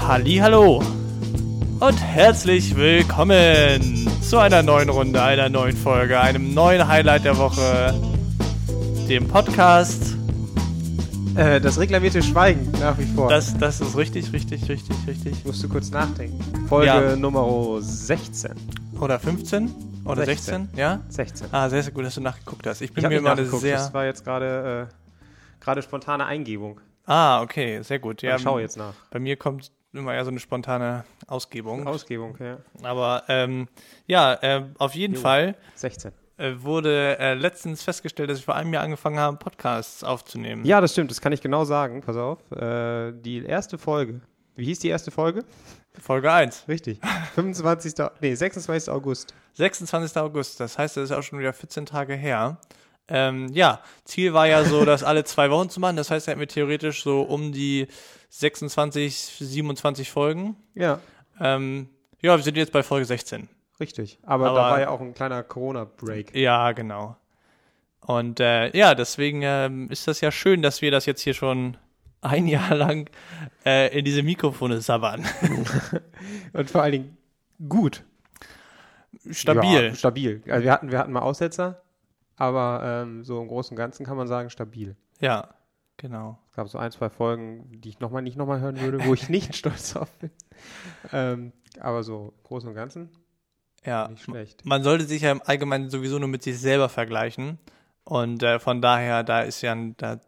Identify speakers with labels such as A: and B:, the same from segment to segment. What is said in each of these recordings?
A: Hallo und herzlich willkommen zu einer neuen Runde, einer neuen Folge, einem neuen Highlight der Woche, dem Podcast.
B: Äh, das reklamierte Schweigen nach wie vor.
A: Das, das ist richtig, richtig, richtig, richtig.
B: Musst du kurz nachdenken. Folge
A: Ja.
B: Nummer 16.
A: Oder 15? Oder 16?
B: 16.
A: Ja?
B: 16.
A: Ah, sehr, sehr gut, dass du nachgeguckt hast. Ich bin
B: hab
A: mir
B: nicht
A: gerade
B: nachgeguckt,
A: sehr.
B: Das war jetzt gerade äh, gerade spontane Eingebung.
A: Ah, okay, sehr gut. Ja,
B: ich schaue jetzt nach.
A: Bei mir kommt immer eher so eine spontane Ausgebung.
B: Ausgebung, ja.
A: Aber ähm, ja, äh, auf jeden
B: Jo.
A: Fall
B: 16.
A: äh, wurde äh, letztens festgestellt, dass ich vor einem Jahr angefangen habe, Podcasts aufzunehmen.
B: Ja, das stimmt. Das kann ich genau sagen. Pass auf. Äh, die erste Folge. Wie hieß die erste Folge?
A: Folge 1.
B: Richtig. 25. Au- nee, 26. August.
A: 26. August, das heißt, das ist auch schon wieder 14 Tage her. Ähm, ja, Ziel war ja so, das alle zwei Wochen zu machen. Das heißt, da hätten wir theoretisch so um die 26, 27 Folgen.
B: Ja,
A: Ähm, ja, wir sind jetzt bei Folge 16.
B: richtig. Aber,
A: Aber-
B: da war ja auch ein kleiner Corona-Break.
A: Ja, genau. Und äh, ja, deswegen ähm, ist das ja schön, dass wir das jetzt hier schon ein Jahr lang äh, in diese Mikrofone sabbern.
B: Und vor allen Dingen gut.
A: Stabil.
B: Ja, stabil. Also wir hatten, wir hatten mal Aussetzer, aber ähm, so im Großen und Ganzen kann man sagen, stabil.
A: Ja, genau.
B: Es gab so ein, zwei Folgen, die ich nochmal nicht nochmal hören würde, wo ich nicht stolz drauf bin. Ähm, aber so im Großen und Ganzen
A: Ja.
B: nicht schlecht.
A: Man sollte sich ja im Allgemeinen sowieso nur mit sich selber vergleichen. Und äh, von daher, da ist ja ein, da,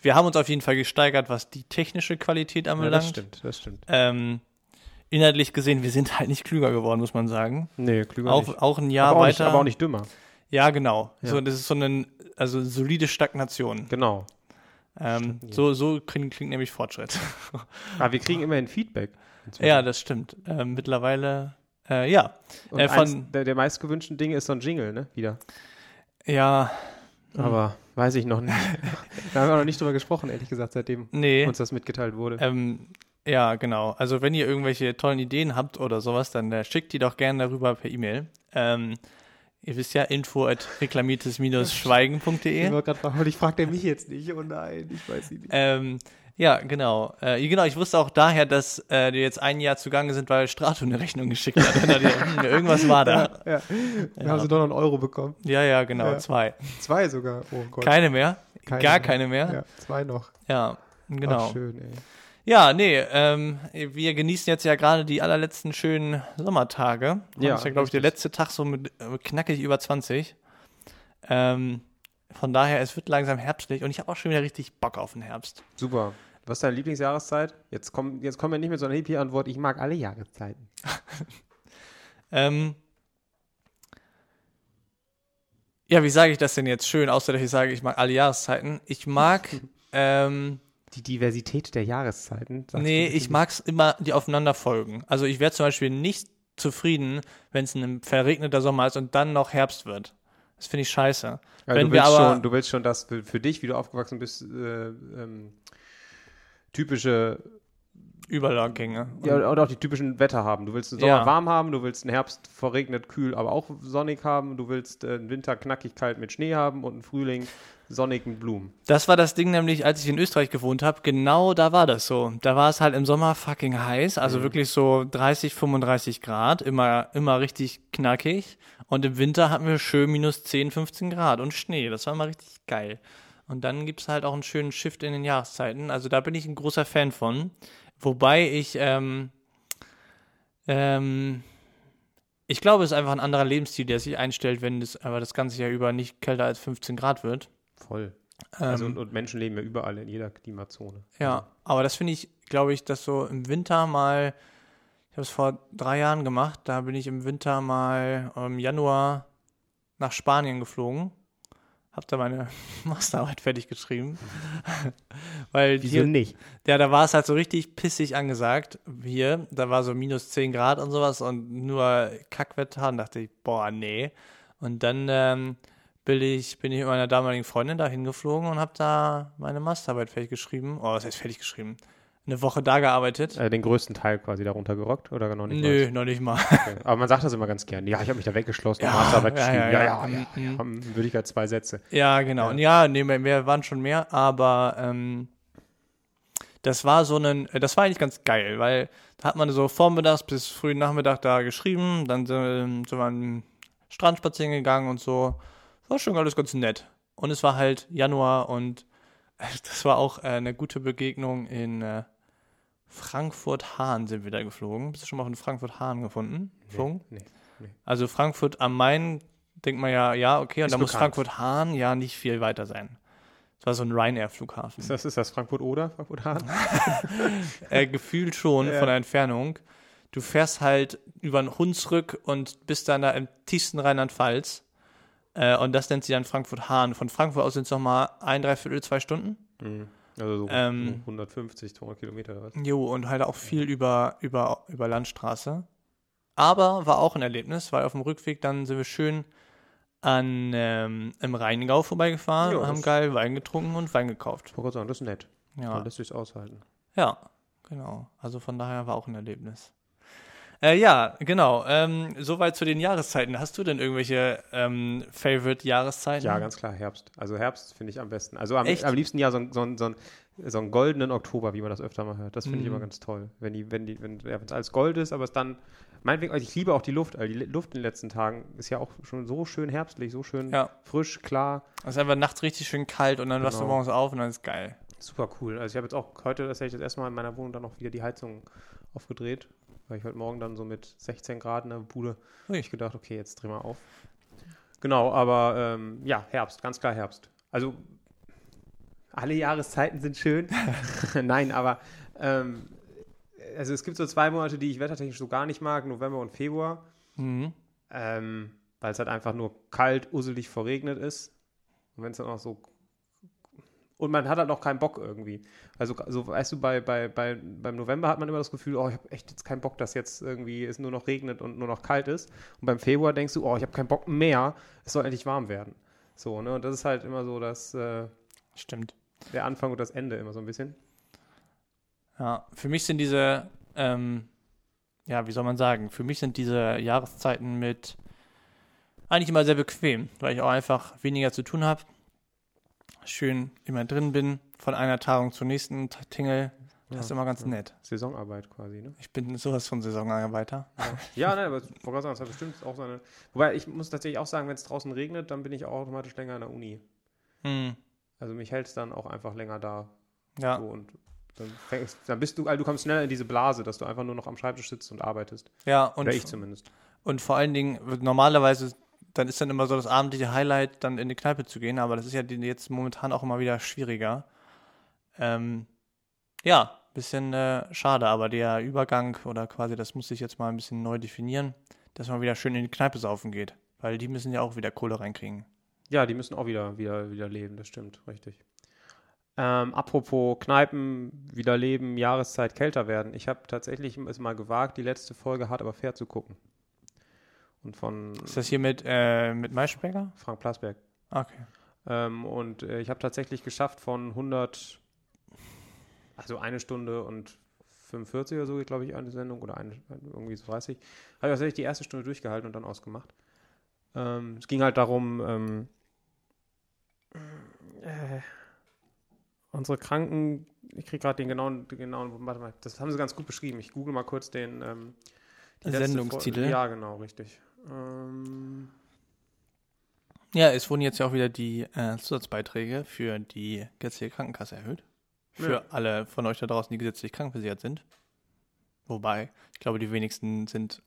A: wir haben uns auf jeden Fall gesteigert, was die technische Qualität
B: Ja, das
A: anbelangt.
B: stimmt, das stimmt.
A: ähm, inhaltlich gesehen, wir sind halt nicht klüger geworden, muss man sagen.
B: Nee, klüger
A: Auch,
B: nicht.
A: auch ein Jahr
B: aber, auch nicht,
A: weiter.
B: aber auch nicht dümmer.
A: Ja, genau.
B: Ja.
A: So, das ist so eine also solide Stagnation.
B: Genau.
A: Ähm, so so klingt, klingt nämlich Fortschritt.
B: Aber wir kriegen immerhin Feedback. inzwischen.
A: ja, das stimmt. Ähm, mittlerweile, äh, ja.
B: und
A: äh, von-
B: eins der, der meistgewünschten Dinge ist so ein Jingle, ne? Wieder.
A: Ja, Mhm.
B: Aber weiß ich noch nicht. da haben wir noch nicht drüber gesprochen, ehrlich gesagt, seitdem
A: nee.
B: uns das mitgeteilt wurde.
A: Ähm, ja, genau. Also wenn ihr irgendwelche tollen Ideen habt oder sowas, dann äh, schickt die doch gerne darüber per E-Mail. Ähm, ihr wisst ja, info at
B: Ich
A: reklamiertes-schweigen.de.
B: wollte gerade fragen, und ich fragt er mich jetzt nicht. Oh nein, ich weiß nicht.
A: Ähm, ja, genau. Äh, genau, ich wusste auch daher, dass äh, wir jetzt ein Jahr zugange sind, weil Strato eine Rechnung geschickt hat. Und dann, hm, irgendwas war da.
B: Ja, wir haben sie doch noch einen Euro bekommen.
A: Ja, ja, genau,
B: Ja.
A: zwei.
B: Zwei sogar. Oh Gott.
A: Keine mehr?
B: Keine
A: Gar
B: mehr.
A: keine mehr?
B: ja, zwei noch.
A: Ja, genau.
B: Ach, schön, ey.
A: Ja, nee, ähm, wir genießen jetzt ja gerade die allerletzten schönen Sommertage. Ja,
B: Ja,
A: das ist ja, glaube ich, der letzte Tag so mit äh, knackig über 20. Ähm, von daher, es wird langsam herbstlich und ich habe auch schon wieder richtig Bock auf den Herbst.
B: Super. Was ist deine Lieblingsjahreszeit? Jetzt kommen jetzt kommen wir nicht mit so einer Hippie-Antwort. Ich mag alle Jahreszeiten.
A: Ähm, ja, wie sage ich das denn jetzt schön, außer dass ich sage, ich mag alle Jahreszeiten. Ich mag, ähm,
B: Die Diversität der Jahreszeiten. sagst
A: nee,
B: du bitte
A: ich mag's immer, die aufeinander folgen. Also ich wäre zum Beispiel nicht zufrieden, wenn es ein verregneter Sommer ist und dann noch Herbst wird. Das finde ich scheiße.
B: nicht. Also
A: wenn
B: du,
A: wir
B: willst
A: aber-
B: schon, du willst schon, dass für, für dich, wie du aufgewachsen bist, äh, ähm, typische
A: Überlaggänge.
B: ja, und auch die typischen Wetter haben. Du willst einen Sommer
A: Ja.
B: warm haben, du willst einen Herbst verregnet, kühl, aber auch sonnig haben. Du willst äh, einen Winter knackig kalt mit Schnee haben und einen Frühling sonnig mit Blumen.
A: Das war das Ding nämlich, als ich in Österreich gewohnt habe, genau da war das so. Da war es halt im Sommer fucking heiß, also wirklich so 30, 35 Grad, immer, immer richtig knackig. Und im Winter hatten wir schön minus 10, 15 Grad und Schnee. Das war mal richtig geil. Und dann gibt es halt auch einen schönen Shift in den Jahreszeiten. Also da bin ich ein großer Fan von. Wobei ich, ähm, ähm, ich glaube, es ist einfach ein anderer Lebensstil, der sich einstellt, wenn es aber das ganze Jahr über nicht kälter als 15 Grad wird.
B: Voll.
A: Ähm,
B: Also, und, und Menschen leben ja überall in jeder Klimazone. Also
A: Ja, aber das finde ich, glaube ich, dass so im Winter mal, ich habe es vor drei Jahren gemacht, da bin ich im Winter mal im Januar nach Spanien geflogen, habe da meine Masterarbeit fertig geschrieben, weil hier,
B: nicht?
A: ja, da war es halt so richtig pissig angesagt, hier, da war so minus 10 Grad und sowas und nur Kackwetter und dachte ich, boah, nee. Und dann ähm, bin, ich, bin ich mit meiner damaligen Freundin da hingeflogen und habe da meine Masterarbeit fertig geschrieben. Oh, was heißt fertig geschrieben? Eine Woche da gearbeitet.
B: Äh, den größten Teil quasi darunter gerockt oder noch nicht?
A: Nö, noch nicht mal.
B: mal? Okay. Aber man sagt das immer ganz gern. Ja, ich habe mich da weggeschlossen, ja, Masterarbeit
A: ja,
B: geschrieben.
A: ja,
B: Ja,
A: ja.
B: ja, ja. ja,
A: Mhm.
B: Haben- Würde ich halt zwei Sätze.
A: Ja, genau. Ja, ja nee, mehr- mehr waren schon mehr, aber ähm, Das war so ein, äh, das war eigentlich ganz geil, weil da hat man so vormittags bis frühen Nachmittag da geschrieben, dann ähm, sind wir an den Strand spazieren gegangen und so. War schon alles ganz nett. Und es war halt Januar und das war auch äh, eine gute Begegnung in äh, Frankfurt-Hahn sind wir da geflogen. Bist du schon mal von Frankfurt-Hahn gefunden? Geflogen?
B: Nee, nee.
A: Also Frankfurt am Main denkt man ja, ja, okay, und
B: Ist
A: dann muss
B: bekannt.
A: Frankfurt-Hahn ja nicht viel weiter sein. Das war so ein Ryanair-Flughafen.
B: Ist das, ist das Frankfurt oder? Frankfurt Hahn?
A: äh, gefühlt schon
B: Ja.
A: von der Entfernung. Du fährst halt über den Hunsrück und bist dann da im tiefsten Rheinland-Pfalz. Äh, und das nennt sie dann Frankfurt-Hahn. Von Frankfurt aus sind es nochmal ein, dreiviertel, zwei Stunden.
B: Mhm. Also so
A: Ähm.
B: 150, 200 Kilometer oder was?
A: Jo, und halt auch viel über, über, über Landstraße. Aber war auch ein Erlebnis, weil auf dem Rückweg dann sind wir schön an, ähm, im Rheingau vorbeigefahren
B: Jo,
A: und haben
B: das-
A: geil Wein getrunken und Wein gekauft.
B: Ich wollte gerade sagen, das ist nett.
A: Ja.
B: Man lässt sich's aushalten.
A: Ja, genau. Also von daher war auch ein Erlebnis. Äh, ja, genau. Ähm, soweit zu den Jahreszeiten. Hast du denn irgendwelche ähm, Favorite-Jahreszeiten?
B: Ja, ganz klar, Herbst. Also Herbst finde ich am besten. Also am,
A: Echt?
B: am liebsten ja so, ein- so, ein- so, ein- so einen goldenen Oktober, wie man das öfter mal hört. Das finde ich
A: Mhm.
B: immer ganz toll. Wenn die, wenn die, wenn ja, wenn's alles Gold ist, aber es dann, meinetwegen, also ich liebe auch die Luft, also die Le- Luft in den letzten Tagen ist ja auch schon so schön herbstlich, so schön
A: Ja.
B: frisch, klar.
A: Es ist einfach nachts richtig schön kalt und dann wachst du
B: Genau.
A: morgens auf und dann ist geil.
B: Super cool. Also ich habe jetzt auch heute tatsächlich das erste Mal in meiner Wohnung dann auch wieder die Heizung aufgedreht, weil ich heute Morgen dann so mit 16 Grad in der Bude
A: Ui.
B: ich gedacht, okay, jetzt dreh mal auf. Genau, aber ähm, ja, Herbst, ganz klar Herbst. Also alle Jahreszeiten sind schön. Nein, aber ähm, also es gibt so zwei Monate, die ich wettertechnisch so gar nicht mag, November und Februar,
A: Mhm.
B: ähm, weil es halt einfach nur kalt, usselig, verregnet ist. Und wenn es dann auch so. Und man hat halt auch keinen Bock irgendwie. Also, so, weißt du, bei, bei, bei, beim November hat man immer das Gefühl, oh, ich habe echt jetzt keinen Bock, dass jetzt irgendwie es nur noch regnet und nur noch kalt ist. Und beim Februar denkst du, oh, ich habe keinen Bock mehr, es soll endlich warm werden. So, ne? Und das ist halt immer so, dass äh,
A: Stimmt.
B: der Anfang und das Ende immer so ein bisschen.
A: Ja, für mich sind diese, ähm, ja, wie soll man sagen, für mich sind diese Jahreszeiten mit eigentlich immer sehr bequem, weil ich auch einfach weniger zu tun habe, schön immer drin bin, von einer Tagung zur nächsten t- Tingle. Das
B: Ja,
A: ist immer ganz
B: ja.
A: nett.
B: Saisonarbeit quasi, ne?
A: Ich bin sowas von Saisonarbeiter.
B: Ja, nein, aber ich wollte gerade sagen, das hat bestimmt auch seine. Wobei ich muss tatsächlich auch sagen, wenn es draußen regnet, dann bin ich auch automatisch länger an der Uni.
A: Hm,
B: Also mich hält es dann auch einfach länger da.
A: ja,
B: So, und dann, fängst, dann bist du, also du kommst schnell in diese Blase, dass du einfach nur noch am Schreibtisch sitzt und arbeitest.
A: ja und,
B: Oder ich zumindest.
A: und vor allen Dingen, wird normalerweise, dann ist dann immer so das abendliche Highlight, dann in die Kneipe zu gehen, aber das ist ja die- jetzt momentan auch immer wieder schwieriger. Ähm, ja, bisschen äh, schade, aber der Übergang oder quasi, das muss ich jetzt mal ein bisschen neu definieren, dass man wieder schön in die Kneipe saufen geht, weil die müssen ja auch wieder Kohle reinkriegen.
B: Ja, die müssen auch wieder, wieder, wieder leben, das stimmt, richtig. Ähm, apropos Kneipen, wieder leben, Jahreszeit kälter werden. Ich habe tatsächlich es mal gewagt, die letzte Folge hart aber fair zu gucken. Und von
A: Ist das hier mit, äh, mit Maischberger?
B: Frank Plasberg.
A: Okay.
B: Ähm, und äh, ich habe tatsächlich geschafft von 100, also eine Stunde und 45 oder so, glaube ich, eine Sendung oder eine, irgendwie so 30, habe ich tatsächlich die erste Stunde durchgehalten und dann ausgemacht. Ähm, es ging halt darum, ähm, äh, unsere Kranken, ich kriege gerade den genauen, den genauen, warte mal, das haben sie ganz gut beschrieben. Ich google mal kurz den ähm, die letzte
A: Sendungstitel.
B: Fol-
A: Ja.
B: Ja, genau, richtig. Ähm,
A: es wurden jetzt ja auch wieder die äh, Zusatzbeiträge für die gesetzliche Krankenkasse erhöht. Für
B: ja.
A: alle von euch da draußen, die gesetzlich krankenversichert sind. Wobei, ich glaube, die wenigsten sind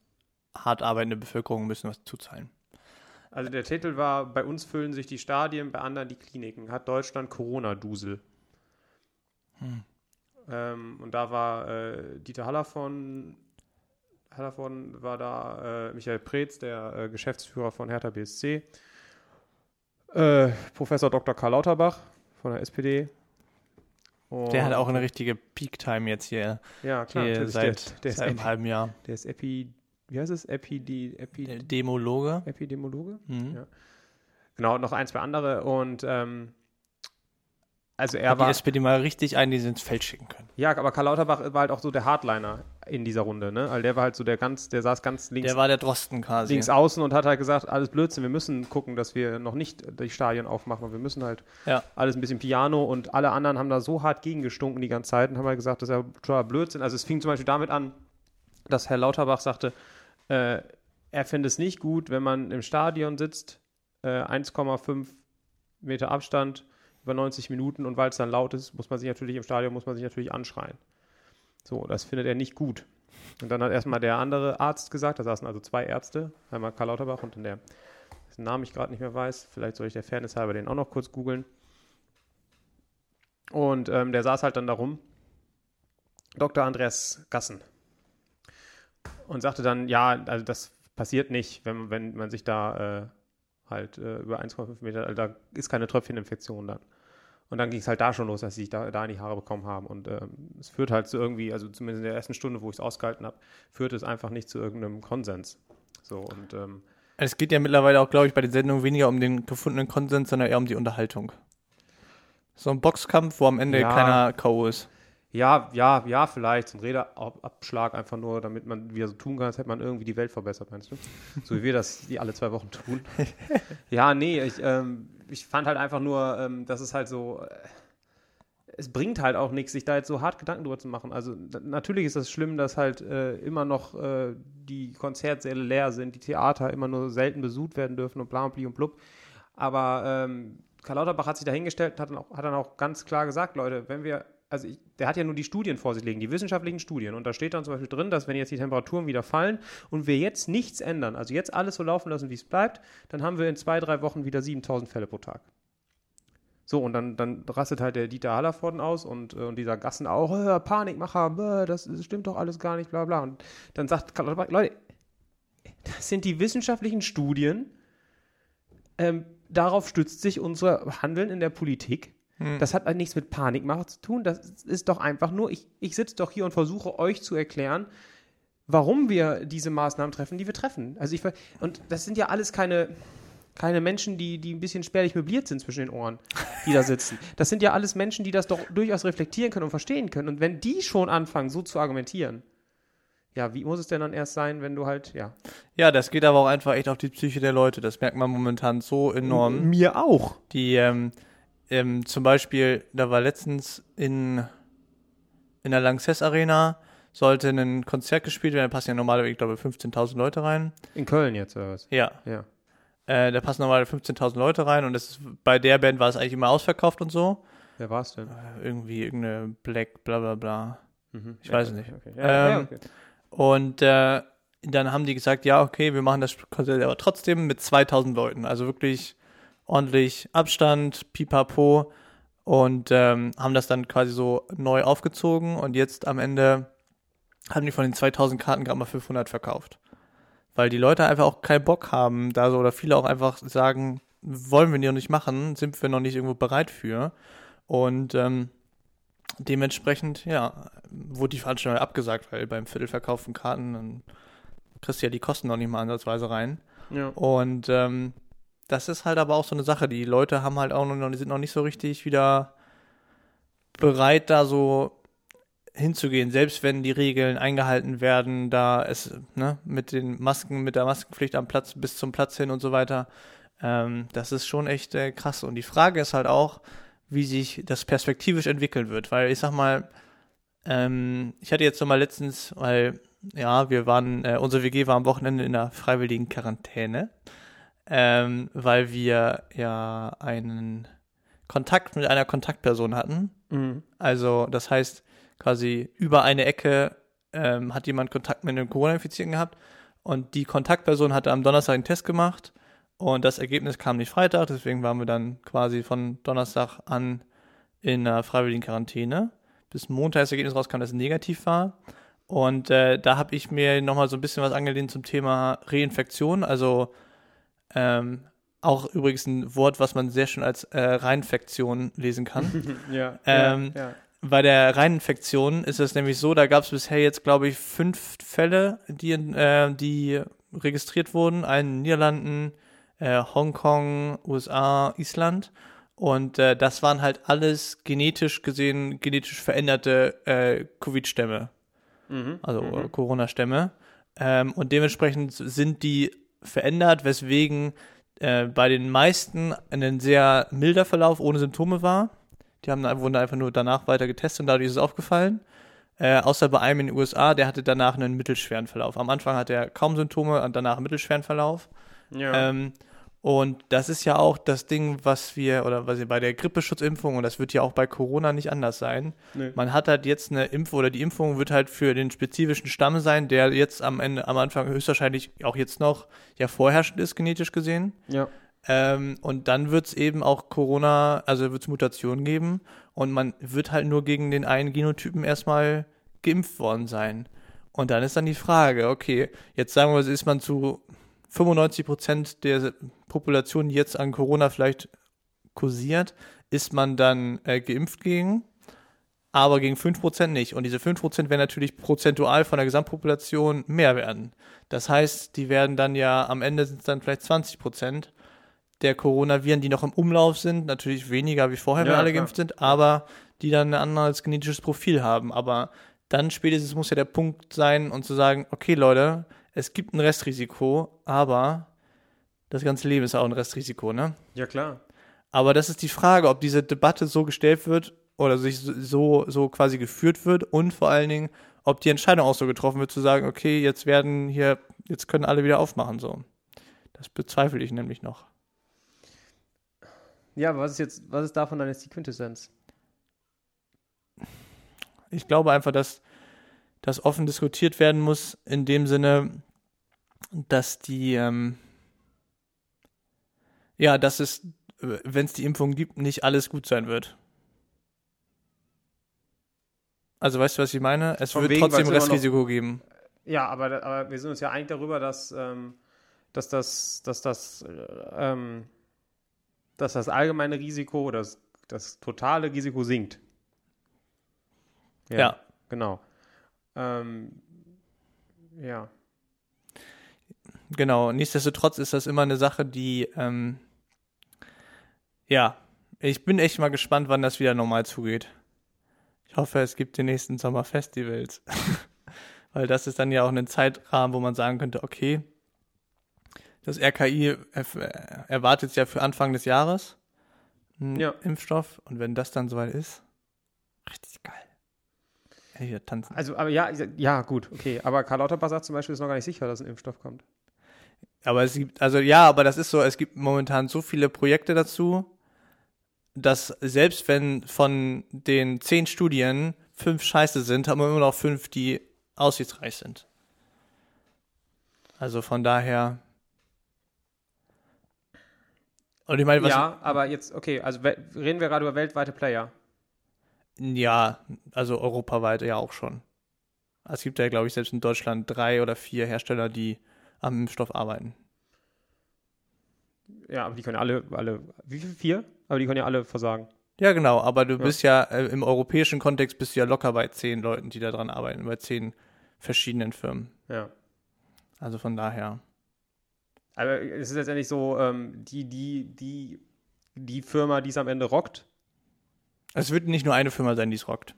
A: hart arbeitende Bevölkerung, müssen was zuzahlen.
B: Also der Titel war, bei uns füllen sich die Stadien, bei anderen die Kliniken. Hat Deutschland Corona-Dusel?
A: Hm.
B: Ähm, und da war äh, Dieter Hallervon, Hallervon war da, äh, Michael Preetz, der äh, Geschäftsführer von Hertha BSC, äh, Professor Dr. Karl Lauterbach von der SPD. Und-
A: Der hat auch eine richtige Peak-Time jetzt hier,
B: ja, klar,
A: hier
B: natürlich,
A: seit,
B: der, der, ist
A: seit einem
B: Epi,
A: halben Jahr.
B: der ist Epi, wie heißt es? Epi, die, Epi,
A: Der Demologe.
B: Epidemiologe?
A: Mhm.
B: Ja. Genau, noch ein, zwei andere. Und ähm, also er
A: Hat die
B: war,
A: SPD mal richtig einen, die sie ins Feld schicken können.
B: ja, aber Karl Lauterbach war halt auch so der Hardliner in dieser Runde, ne? Also der war halt so der ganz, der saß ganz links,
A: Der war der Drosten quasi.
B: links außen und hat halt gesagt, alles Blödsinn, wir müssen gucken, dass wir noch nicht die Stadien aufmachen und wir müssen halt
A: Ja.
B: alles ein bisschen Piano und alle anderen haben da so hart gegengestunken die ganze Zeit und haben halt gesagt, das ist ja totaler Blödsinn. Also es fing zum Beispiel damit an, dass Herr Lauterbach sagte, äh, er fände es nicht gut, wenn man im Stadion sitzt, äh, 1,5 Meter Abstand über 90 Minuten und weil es dann laut ist, muss man sich natürlich im Stadion muss man sich natürlich anschreien. So, das findet er nicht gut. Und dann hat erstmal der andere Arzt gesagt, da saßen also zwei Ärzte, einmal Karl Lauterbach und dann der, dessen Namen ich gerade nicht mehr weiß, vielleicht soll ich der Fairness halber den auch noch kurz googeln. Und ähm, der saß halt dann da rum, Dr. Andreas Gassen. Und sagte dann, ja, also das passiert nicht, wenn, wenn man sich da äh, halt äh, über 1,5 Meter, also da ist keine Tröpfcheninfektion dann. Und dann ging es halt da schon los, dass sie sich da, da in die Haare bekommen haben. Und ähm, es führt halt zu irgendwie, also zumindest in der ersten Stunde, wo ich es ausgehalten habe, führt es einfach nicht zu irgendeinem Konsens. So, und ähm,
A: Es geht ja mittlerweile auch, glaube ich, bei den Sendungen weniger um den gefundenen Konsens, sondern eher um die Unterhaltung. So ein Boxkampf, wo am Ende
B: Ja.
A: keiner K.O. ist.
B: Ja, ja, ja, vielleicht. So ein Redeabschlag einfach nur, damit man wieder so tun kann, als hätte man irgendwie die Welt verbessert, meinst du? So wie wir das die alle zwei Wochen tun. ja, nee, ich, ähm, ich fand halt einfach nur, ähm, dass es halt so. Äh, es bringt halt auch nichts, sich da jetzt so hart Gedanken drüber zu machen. Also na- natürlich ist das schlimm, dass halt äh, immer noch äh, die Konzertsäle leer sind, die Theater immer nur selten besucht werden dürfen und bla und bli und blub. Aber ähm, Karl Lauterbach hat sich dahingestellt und hat dann, auch, hat dann auch ganz klar gesagt, Leute, wenn wir, also ich, der hat ja nur die Studien vor sich liegen, die wissenschaftlichen Studien. Und da steht dann zum Beispiel drin, dass wenn jetzt die Temperaturen wieder fallen und wir jetzt nichts ändern, also jetzt alles so laufen lassen, wie es bleibt, dann haben wir in zwei, drei Wochen wieder 7000 Fälle pro Tag. So, und dann, dann rastet halt der Dieter Hallervorden aus und, äh, und dieser Gassen auch, äh, Panikmacher, äh, das, das stimmt doch alles gar nicht, bla bla. Und dann sagt Karl Lauterbach, Leute, das sind die wissenschaftlichen Studien, ähm, darauf stützt sich unser Handeln in der Politik. Das hat halt nichts mit Panikmache zu tun. Das ist doch einfach nur, ich, ich sitze doch hier und versuche euch zu erklären, warum wir diese Maßnahmen treffen, die wir treffen. Also ich ver- und das sind ja alles keine, keine Menschen, die, die ein bisschen spärlich möbliert sind zwischen den Ohren, die da sitzen. Das sind ja alles Menschen, die das doch durchaus reflektieren können und verstehen können. Und wenn die schon anfangen, so zu argumentieren, ja, wie muss es denn dann erst sein, wenn du halt, ja.
A: Ja, das geht aber auch einfach echt auf die Psyche der Leute. Das merkt man momentan so enorm.
B: Mir auch.
A: Die, ähm, ähm, zum Beispiel, da war letztens in, in der Lanxess Arena, sollte ein Konzert gespielt werden, da passen ja normalerweise, ich glaube, 15.000 Leute rein.
B: In Köln jetzt, oder was?
A: Ja,
B: Ja.
A: äh, da passen normalerweise 15.000 Leute rein und das ist, bei der Band war es eigentlich immer ausverkauft und so.
B: Wer war es denn?
A: Ah, irgendwie irgendeine Black, bla bla bla. Ich
B: Ja,
A: weiß nicht.
B: Okay. Ja,
A: Ähm,
B: ja, okay.
A: Und äh, dann haben die gesagt, ja, okay, wir machen das Konzert aber trotzdem mit 2000 Leuten. Also wirklich ordentlich Abstand, pipapo. Und ähm, haben das dann quasi so neu aufgezogen. Und jetzt am Ende haben die von den 2000 Karten gerade mal 500 verkauft. Weil die Leute einfach auch keinen Bock haben, da so oder viele auch einfach sagen, wollen wir noch nicht machen, sind wir noch nicht irgendwo bereit für. Und ähm, dementsprechend, ja, wurde die Veranstaltung halt abgesagt, weil beim Viertelverkauf von Karten, dann kriegst du ja die Kosten noch nicht mal ansatzweise rein.
B: Ja.
A: Und ähm, das ist halt aber auch so eine Sache. Die Leute haben halt auch noch, die sind noch nicht so richtig wieder bereit, da so hinzugehen, selbst wenn die Regeln eingehalten werden, da es, ne, mit den Masken, mit der Maskenpflicht am Platz bis zum Platz hin und so weiter. Ähm, das ist schon echt äh, krass. Und die Frage ist halt auch, wie sich das perspektivisch entwickeln wird. Weil ich sag mal, ähm, ich hatte jetzt noch mal letztens, weil ja, wir waren, äh, unsere WG war am Wochenende in einer freiwilligen Quarantäne, ähm, weil wir ja einen Kontakt mit einer Kontaktperson hatten.
B: Mhm.
A: Also das heißt, quasi über eine Ecke ähm, hat jemand Kontakt mit einem Corona-Infizierten gehabt und die Kontaktperson hatte am Donnerstag einen Test gemacht und das Ergebnis kam nicht Freitag, deswegen waren wir dann quasi von Donnerstag an in einer freiwilligen Quarantäne. Bis Montag das Ergebnis rauskam, dass es negativ war. Und äh, da habe ich mir nochmal so ein bisschen was angelehnt zum Thema Reinfektion. Also ähm, auch übrigens ein Wort, was man sehr schön als äh, Reinfektion lesen kann.
B: Ja,
A: Ähm,
B: ja, ja.
A: Bei der Reininfektion ist es nämlich so, da gab es bisher jetzt, glaube ich, fünf Fälle, die, in, äh, die registriert wurden. Einen in den Niederlanden, äh, Hongkong, USA, Island. Und äh, das waren halt alles genetisch gesehen, genetisch veränderte äh, Covid-Stämme,
B: Mhm.
A: also äh,
B: Mhm.
A: Corona-Stämme. Ähm, und dementsprechend sind die verändert, weswegen äh, bei den meisten ein sehr milder Verlauf ohne Symptome war. Die haben, wurden einfach nur danach weiter getestet und dadurch ist es aufgefallen. Äh, außer bei einem in den USA, der hatte danach einen mittelschweren Verlauf. Am Anfang hatte er kaum Symptome und danach einen mittelschweren Verlauf.
B: Ja.
A: Ähm, und das ist ja auch das Ding, was wir, oder was wir bei der Grippeschutzimpfung, und das wird ja auch bei Corona nicht anders sein.
B: Nee.
A: Man hat halt jetzt eine Impfung, oder die Impfung wird halt für den spezifischen Stamm sein, der jetzt am Ende, am Anfang höchstwahrscheinlich auch jetzt noch ja vorherrschend ist, genetisch gesehen.
B: ja.
A: Ähm, und dann wird es eben auch Corona, also wird es Mutationen geben und man wird halt nur gegen den einen Genotypen erstmal geimpft worden sein. Und dann ist dann die Frage, okay, jetzt sagen wir, ist man zu 95 Prozent der Population, die jetzt an Corona vielleicht kursiert, ist man dann äh, geimpft gegen, aber gegen 5 Prozent nicht. Und diese 5 Prozent werden natürlich prozentual von der Gesamtpopulation mehr werden. Das heißt, die werden dann ja, am Ende sind es dann vielleicht 20 Prozent der Coronaviren, die noch im Umlauf sind, natürlich weniger wie vorher, wenn
B: Ja,
A: alle
B: klar.
A: geimpft sind, aber die dann ein anderes genetisches Profil haben. Aber dann spätestens muss ja der Punkt sein und zu sagen, okay Leute, es gibt ein Restrisiko, aber das ganze Leben ist auch ein Restrisiko, ne?
B: Ja, klar.
A: Aber das ist die Frage, ob diese Debatte so gestellt wird oder sich so, so quasi geführt wird und vor allen Dingen, ob die Entscheidung auch so getroffen wird, zu sagen, okay, jetzt werden hier, jetzt können alle wieder aufmachen, so. Das bezweifle ich nämlich noch.
B: Ja, aber was ist jetzt, was ist davon dann jetzt die Quintessenz?
A: Ich glaube einfach, dass das offen diskutiert werden muss, in dem Sinne, dass die, ähm, ja, dass es, wenn es die Impfung gibt, nicht alles gut sein wird. Also weißt du, was ich meine? Es
B: Von
A: wird
B: wegen,
A: trotzdem
B: weil's immer noch-
A: Restrisiko geben.
B: Ja, aber, aber wir sind uns ja eigentlich darüber, dass, ähm, dass das, dass das, äh, ähm, dass das allgemeine Risiko oder das, das totale Risiko sinkt.
A: Ja.
B: Genau. Ähm, ja.
A: Genau, nichtsdestotrotz ist das immer eine Sache, die, ähm, ja, ich bin echt mal gespannt, wann das wieder normal zugeht. Ich hoffe, es gibt die nächsten Sommerfestivals. Weil das ist dann ja auch ein Zeitrahmen, wo man sagen könnte, okay, das RKI erf- äh, erwartet es ja für Anfang des Jahres einen
B: Ja.
A: Impfstoff. Und wenn das dann soweit ist, richtig geil. Kann ich wieder tanzen.
B: Also, aber ja, ja, gut, okay. Aber Karl Lauterbach sagt zum Beispiel, ist noch gar nicht sicher, dass ein Impfstoff kommt.
A: Aber es gibt, also ja, aber das ist so, es gibt momentan so viele Projekte dazu, dass selbst wenn von den zehn Studien fünf scheiße sind, haben wir immer noch fünf, die aussichtsreich sind. Also von daher. Und ich meine, Äh, was.
B: ja, aber jetzt, okay, also we- reden wir gerade über weltweite Player.
A: ja, also europaweit ja auch schon. Es gibt ja, glaube ich, selbst in Deutschland drei oder vier Hersteller, die am Impfstoff arbeiten.
B: Ja, aber die können alle, alle, wie viel? Vier? Aber die können ja alle versagen.
A: Ja, genau, aber du bist ja äh, im europäischen Kontext bist du ja locker bei zehn Leuten, die da dran arbeiten, bei zehn verschiedenen Firmen.
B: Ja.
A: Also von daher.
B: Aber es ist letztendlich so, ähm, die, die, die, die Firma, die es am Ende rockt.
A: Also Es wird nicht nur eine Firma sein, die es rockt.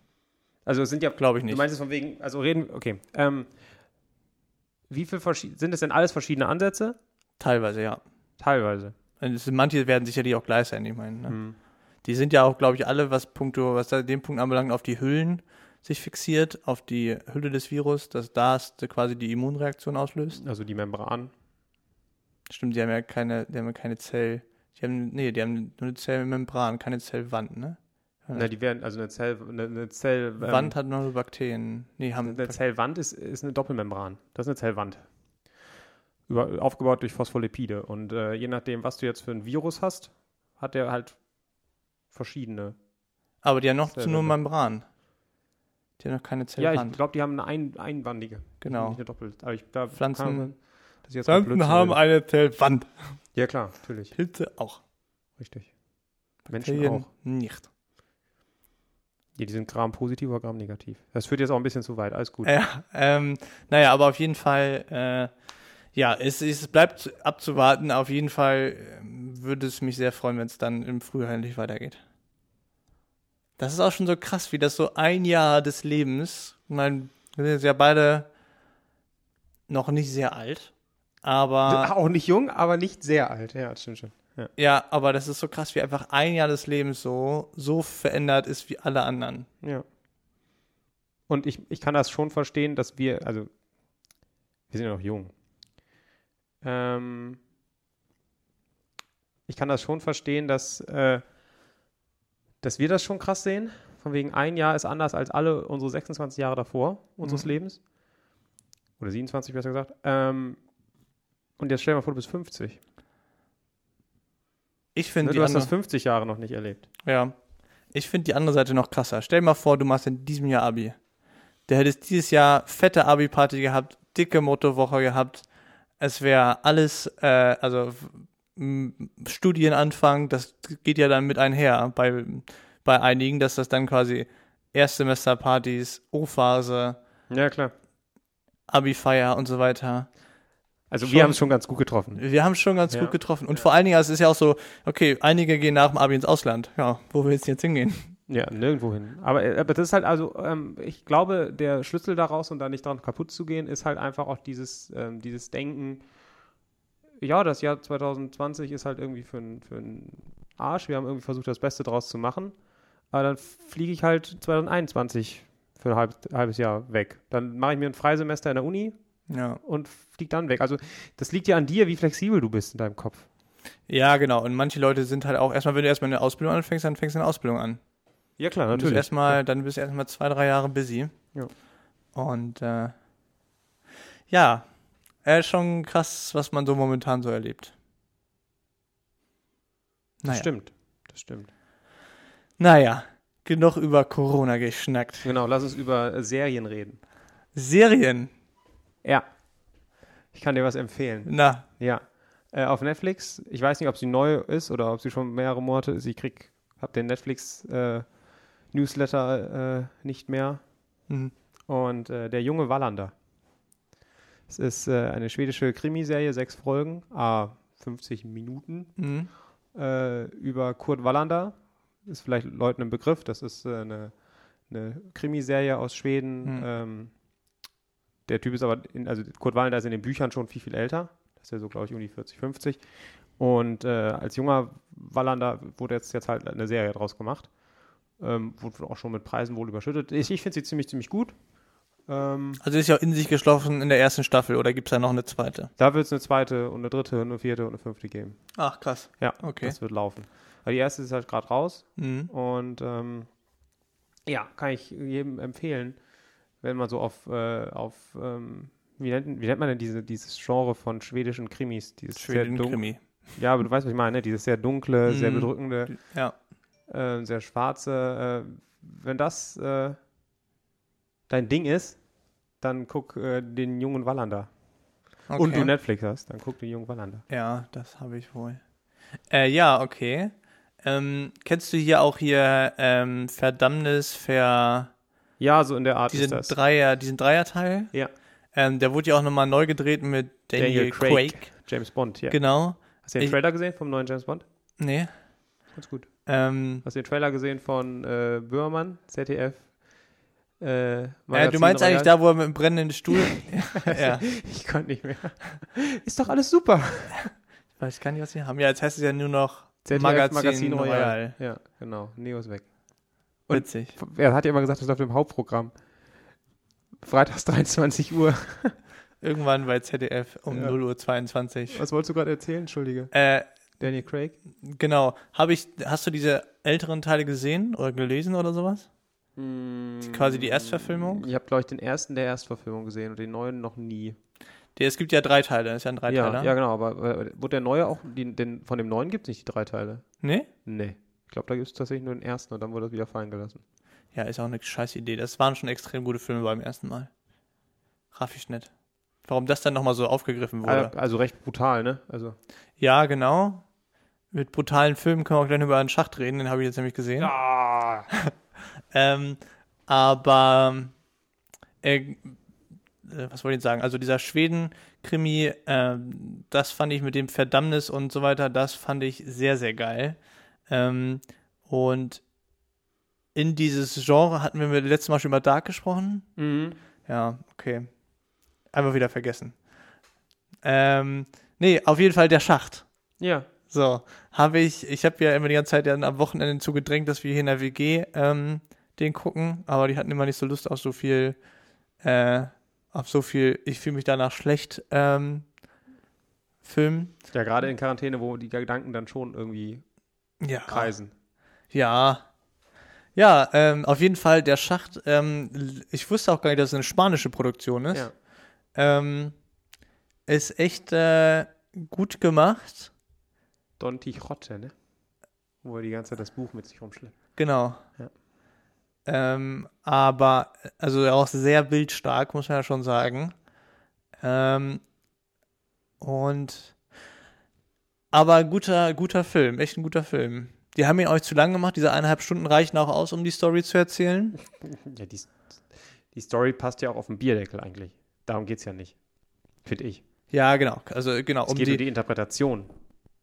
B: Also es sind ja,
A: Glaube ich nicht.
B: du meinst es von wegen, also reden, okay. Ähm, wie viel verschiedene, sind es denn alles verschiedene Ansätze?
A: Teilweise, ja.
B: Teilweise.
A: Und es sind, manche werden sicherlich auch gleich sein, ich meine.
B: Hm.
A: Ne? Die sind ja auch, glaube ich, alle, was punkto, was da den Punkt anbelangt, auf die Hüllen sich fixiert, auf die Hülle des Virus, dass das quasi die Immunreaktion auslöst.
B: Also die Membran.
A: Stimmt, die haben ja keine, die haben ja keine Zell. Die haben, nee, die haben nur eine Zellmembran, keine Zellwand, ne? Ja.
B: Na, die werden, also eine Zell, eine, eine Zell, ähm,
A: Wand hat nur Bakterien. Nee, haben
B: Eine Zellwand ist, ist eine Doppelmembran. Das ist eine Zellwand. Über, aufgebaut durch Phospholipide. Und äh, je nachdem, was du jetzt für ein Virus hast, hat der halt verschiedene.
A: Aber die haben noch
B: Zelle-
A: nur Membran. Die haben noch keine
B: Ja, ich
A: Zellwand.
B: glaube, die haben eine ein, einwandige.
A: genau.
B: Nicht eine Doppel. Aber ich, da
A: Pflanzen-
B: kann- dass ich jetzt mal
A: Pflanzen
B: Blödsinn
A: haben
B: rede.
A: eine Zellwand.
B: Ja, klar, natürlich.
A: Pilze auch.
B: Richtig. Menschen
A: Bakterien
B: auch.
A: Nicht.
B: Ja, die sind Gramm positiv oder Gramm negativ. Das führt jetzt auch ein bisschen zu weit. Alles gut.
A: Ja, ähm, naja, aber auf jeden Fall, äh, ja, es, es bleibt abzuwarten. Auf jeden Fall ähm, würde es mich sehr freuen, wenn es dann im Frühjahr endlich weitergeht. Das ist auch schon so krass, wie das so ein Jahr des Lebens, ich meine, wir sind jetzt ja beide noch nicht sehr alt, aber
B: Auch nicht jung, aber nicht sehr alt. Ja, das stimmt schon. Ja.
A: ja, aber das ist so krass, wie einfach ein Jahr des Lebens so, so verändert ist wie alle anderen.
B: ja. Und ich, ich kann das schon verstehen, dass wir, also, wir sind ja noch jung. Ähm, ich kann das schon verstehen, dass, äh, dass wir das schon krass sehen. Von wegen ein Jahr ist anders als alle unsere 26 Jahre davor unseres
A: Mhm.
B: Lebens. Oder 27, besser gesagt. Ähm, und jetzt stell dir mal vor, du bist 50.
A: Ich
B: Ne?
A: finde
B: Du
A: die
B: hast das
A: andere,
B: 50 Jahre noch nicht erlebt.
A: ja, ich finde die andere Seite noch krasser. Stell dir mal vor, du machst in diesem Jahr Abi. Du hättest dieses Jahr fette Abi-Party gehabt, dicke Mottowoche gehabt. Es wäre alles, äh, also m, Studienanfang, das geht ja dann mit einher bei, bei einigen, dass das dann quasi Erstsemesterpartys, O-Phase,
B: Ja, klar.
A: Abi-Feier und so weiter.
B: Also
A: Schon-
B: wir haben es schon ganz gut getroffen.
A: Wir haben schon ganz
B: Ja.
A: gut getroffen. Und vor allen Dingen, also es ist ja auch so, okay, einige gehen nach dem Abi ins Ausland. Ja, wo willst du jetzt hingehen?
B: Ja, nirgendwo hin. Aber, äh, aber das ist halt, also ähm, ich glaube, der Schlüssel daraus und da nicht dran kaputt zu gehen, ist halt einfach auch dieses, ähm, dieses Denken, ja, das Jahr 2020 ist halt irgendwie für einen für n Arsch. Wir haben irgendwie versucht, das Beste draus zu machen. Aber dann fliege ich halt 2021 für ein halb, halbes Jahr weg. Dann mache ich mir ein Freisemester in der Uni
A: Ja.
B: und fliege dann weg. Also das liegt ja an dir, wie flexibel du bist in deinem Kopf.
A: Ja, genau. Und manche Leute sind halt auch, erstmal, wenn du erstmal eine Ausbildung anfängst, dann fängst du eine Ausbildung an.
B: Ja, klar,
A: Dann bist du erstmal, dann bist du erstmal zwei, drei Jahre busy.
B: Ja.
A: Und äh, ja, äh, schon krass, was man so momentan so erlebt.
B: Das
A: Naja.
B: stimmt. Das stimmt.
A: Naja, genug über Corona geschnackt.
B: Genau, lass uns über äh, Serien reden.
A: Serien.
B: Ja. Ich kann dir was empfehlen.
A: Na,
B: Ja. Äh, auf Netflix, ich weiß nicht, ob sie neu ist oder ob sie schon mehrere Monate ist. Ich krieg, hab den Netflix äh, Newsletter äh, nicht mehr.
A: mhm.
B: Und äh, der junge Wallander. Es ist äh, eine schwedische Krimiserie, sechs Folgen, ah, 50 Minuten
A: Mhm.
B: äh, über Kurt Wallander. Ist vielleicht Leuten ein Begriff. Das ist äh, eine, eine Krimiserie aus Schweden.
A: Hm.
B: Ähm, der Typ ist aber, in, also Kurt Wallander ist in den Büchern schon viel, viel älter. Das ist ja so, glaube ich, um die 40, 50. Und äh, als junger Wallander wurde jetzt, jetzt halt eine Serie draus gemacht. Ähm, wurde auch schon mit Preisen wohl überschüttet. Ich, ich finde sie ziemlich, ziemlich gut. Ähm,
A: Also ist ja auch in sich geschlossen in der ersten Staffel oder gibt es da noch eine zweite?
B: da wird es eine zweite und eine dritte und eine vierte und eine fünfte geben.
A: Ach, krass.
B: Ja,
A: Okay.
B: das wird laufen. Aber die erste ist halt gerade raus.
A: Mhm.
B: Und ähm, ja, kann ich jedem empfehlen, wenn man so auf, äh, auf ähm, wie, nennt, wie nennt man denn diese, dieses Genre von schwedischen Krimis? Dieses sehr
A: Schweden
B: dun-
A: Krimi.
B: Ja, aber du weißt, was ich meine, ne? Dieses sehr dunkle, sehr
A: Mhm.
B: bedrückende,
A: Ja.
B: äh, sehr schwarze. Äh, wenn das äh, dein Ding ist, dann guck äh, den jungen Wallander.
A: Okay.
B: Und du Netflix hast, dann guck den jungen Wallander.
A: Ja, das habe ich wohl. Äh, ja, okay. Ähm, kennst du hier auch hier ähm, Verdammnis, Ver...
B: Ja, so in der Art
A: Diesen,
B: ist das.
A: Dreier, diesen Dreierteil?
B: Ja.
A: Ähm, der wurde ja auch nochmal neu gedreht mit Daniel,
B: Daniel
A: Craig.
B: Craig. James Bond, ja.
A: Genau.
B: Hast du den
A: ich-
B: Trailer gesehen vom neuen James Bond?
A: Nee.
B: Ganz gut.
A: Ähm,
B: Hast du den Trailer gesehen von äh, Böhmermann, ZDF? Äh,
A: äh, du meinst eigentlich da, wo er mit dem brennenden Stuhl... ja.
B: Ich konnte nicht mehr. Ist doch alles super.
A: Ich weiß gar nicht, was wir haben. Ja, jetzt heißt es ja nur noch
B: ZDF
A: Magazin,
B: Royal.
A: Royal.
B: Ja, genau. Neo ist weg. Und-
A: Witzig.
B: Er hat ja immer gesagt, das läuft im Hauptprogramm. Freitags 23 Uhr.
A: Irgendwann bei ZDF um
B: Ja.
A: 0.22 Uhr.
B: Was wolltest du gerade erzählen? Entschuldige.
A: Äh,
B: Daniel Craig?
A: genau. Habe ich, hast du diese älteren Teile gesehen oder gelesen oder sowas? Quasi die Erstverfilmung?
B: Ich habe, glaube ich, den ersten der Erstverfilmung gesehen und den neuen noch nie.
A: Die, es gibt ja drei Teile, ist ja ein
B: Ja,
A: Dreiteiler.
B: ja, genau. Aber äh, wurde der neue auch, die, den, von dem neuen gibt es nicht die drei Teile?
A: Nee?
B: Nee. Ich glaube, da gibt es tatsächlich nur den ersten und dann wurde das wieder fallen gelassen.
A: Ja, ist auch eine scheiß Idee. Das waren schon extrem gute Filme beim ersten Mal. Raff ich nicht. Warum das dann nochmal so aufgegriffen wurde.
B: Also, also recht brutal, ne? Also.
A: Ja, genau. Mit brutalen Filmen können wir auch gleich noch über einen Schacht reden, den habe ich jetzt nämlich gesehen. Ähm, aber äh, äh, was wollte ich sagen? Also dieser Schweden-Krimi, ähm, das fand ich mit dem Verdammnis und so weiter, das fand ich sehr, sehr geil. Ähm, und in dieses Genre hatten wir letztes Mal schon über Dark gesprochen.
B: Mhm.
A: Ja, okay. Einfach wieder vergessen. Ähm, nee, auf jeden Fall der Schacht.
B: Ja.
A: So, habe ich, ich habe ja immer die ganze Zeit dann am Wochenende zugedrängt, dass wir hier in der WG ähm, den gucken, aber die hatten immer nicht so Lust auf so viel, äh, auf so viel, ich fühle mich danach schlecht, ähm, Film.
B: Ja, gerade in Quarantäne, wo die Gedanken dann schon irgendwie
A: Ja.
B: Ah, kreisen.
A: Ja. Ja, ähm, auf jeden Fall der Schacht, ähm, l- ich wusste auch gar nicht, dass es eine spanische Produktion ist.
B: Ja.
A: Ähm, ist echt äh, gut gemacht.
B: Don Quixote, ne? Wo er die ganze Zeit das Buch mit sich rumschleppt.
A: Genau.
B: Ja.
A: Ähm, aber, also auch sehr bildstark, muss man ja schon sagen. Ähm, und, aber guter, guter Film, echt ein guter Film. Die haben ihn euch zu lang gemacht, diese eineinhalb Stunden reichen auch aus, um die Story zu erzählen.
B: Ja, die, die Story passt ja auch auf den Bierdeckel eigentlich. Darum geht's ja nicht. Finde ich.
A: Ja, genau, also genau,
B: Es
A: um
B: geht um
A: die,
B: die Interpretation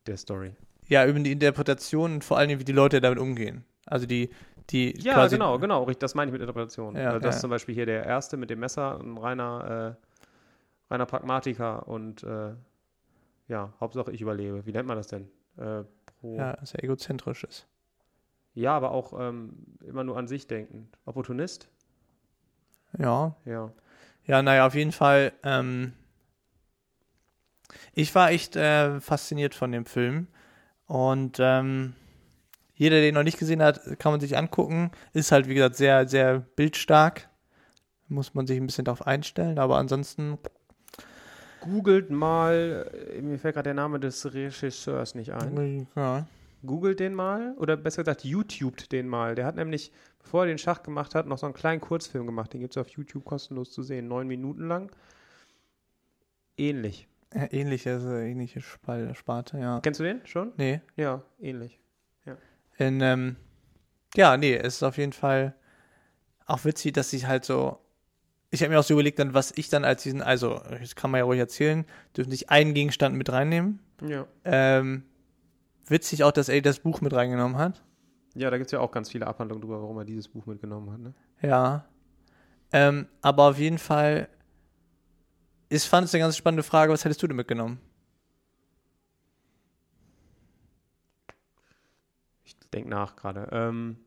B: der Story.
A: ja, über die Interpretation und vor allen Dingen, wie die Leute damit umgehen. Also die, die
B: Ja,
A: quasi,
B: genau, genau. richtig, Das meine ich mit Interpretation.
A: Ja,
B: also das
A: ja.
B: ist zum Beispiel hier der erste mit dem Messer, ein reiner, äh, reiner Pragmatiker und äh, ja, Hauptsache ich überlebe. Wie nennt man das denn? Äh, pro, ja.
A: Ja, sehr egozentrisch ist.
B: aber auch ähm, immer nur an sich denken. Opportunist?
A: Ja,
B: Ja.
A: Ja, naja, auf jeden Fall. Ähm, ich war echt äh, fasziniert von dem Film. Und ähm, jeder, der ihn noch nicht gesehen hat, kann man sich angucken. Ist halt, wie gesagt, sehr, sehr bildstark. Muss man sich ein bisschen darauf einstellen. Aber ansonsten,
B: Googelt mal, äh, mir fällt gerade der Name des Regisseurs nicht ein.
A: ja.
B: googelt den mal oder besser gesagt YouTubet den mal. Der hat nämlich, bevor er den Schach gemacht hat, noch so einen kleinen Kurzfilm gemacht. Den gibt es auf YouTube kostenlos zu sehen, neun Minuten lang. Ähnlich.
A: Äh, ähnliche, äh, ähnliche Spal- Sparte, ja.
B: Kennst du den schon?
A: Nee,
B: Ja, ähnlich.
A: in, ähm, ja, nee, es ist auf jeden Fall auch witzig, dass ich halt so, ich habe mir auch so überlegt, dann, was ich dann als diesen, also, das kann man ja ruhig erzählen, dürfen nicht einen Gegenstand mit reinnehmen.
B: Ja.
A: Ähm, witzig auch, dass er das Buch mit reingenommen hat.
B: Ja, da gibt es ja auch ganz viele Abhandlungen drüber, warum er dieses Buch mitgenommen hat. Ne?
A: Ja. Ähm, aber auf jeden Fall, ich fand es eine ganz spannende Frage, was hättest du denn mitgenommen?
B: Ich denke nach gerade. Ähm,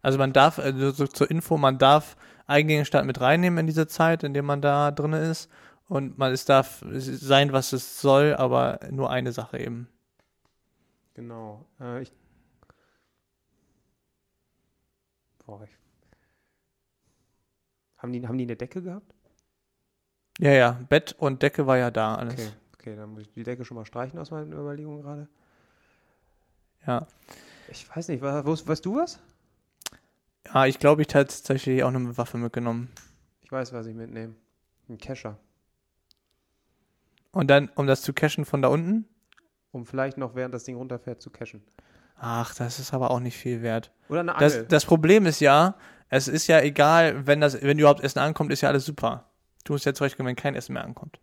A: Also man darf, also so zur Info, man darf einen Gegenstand mit reinnehmen in diese Zeit, in der man da drin ist. Und man, es darf sein, was es soll, aber nur eine Sache eben.
B: genau. Äh, ich. Boah, ich. Haben die, haben die eine Decke gehabt?
A: Ja, ja, Bett und Decke war ja da alles.
B: Okay, okay, dann muss ich die Decke schon mal streichen aus meinen Überlegungen gerade.
A: Ja.
B: Ich weiß nicht, wa- wusst, weißt du was?
A: Ah, ich glaube, ich hätte tatsächlich auch eine Waffe mitgenommen.
B: Ich weiß, was ich mitnehme. Ein Kescher.
A: Und dann, um das zu cashen von da unten?
B: Um vielleicht noch, während das Ding runterfährt, zu cashen.
A: Ach, das ist aber auch nicht viel wert.
B: Oder eine Angel.
A: Das, das Problem ist ja, es ist ja egal, wenn das, wenn überhaupt Essen ankommt, ist ja alles super. Du musst ja zum Beispiel, wenn kein Essen mehr ankommt.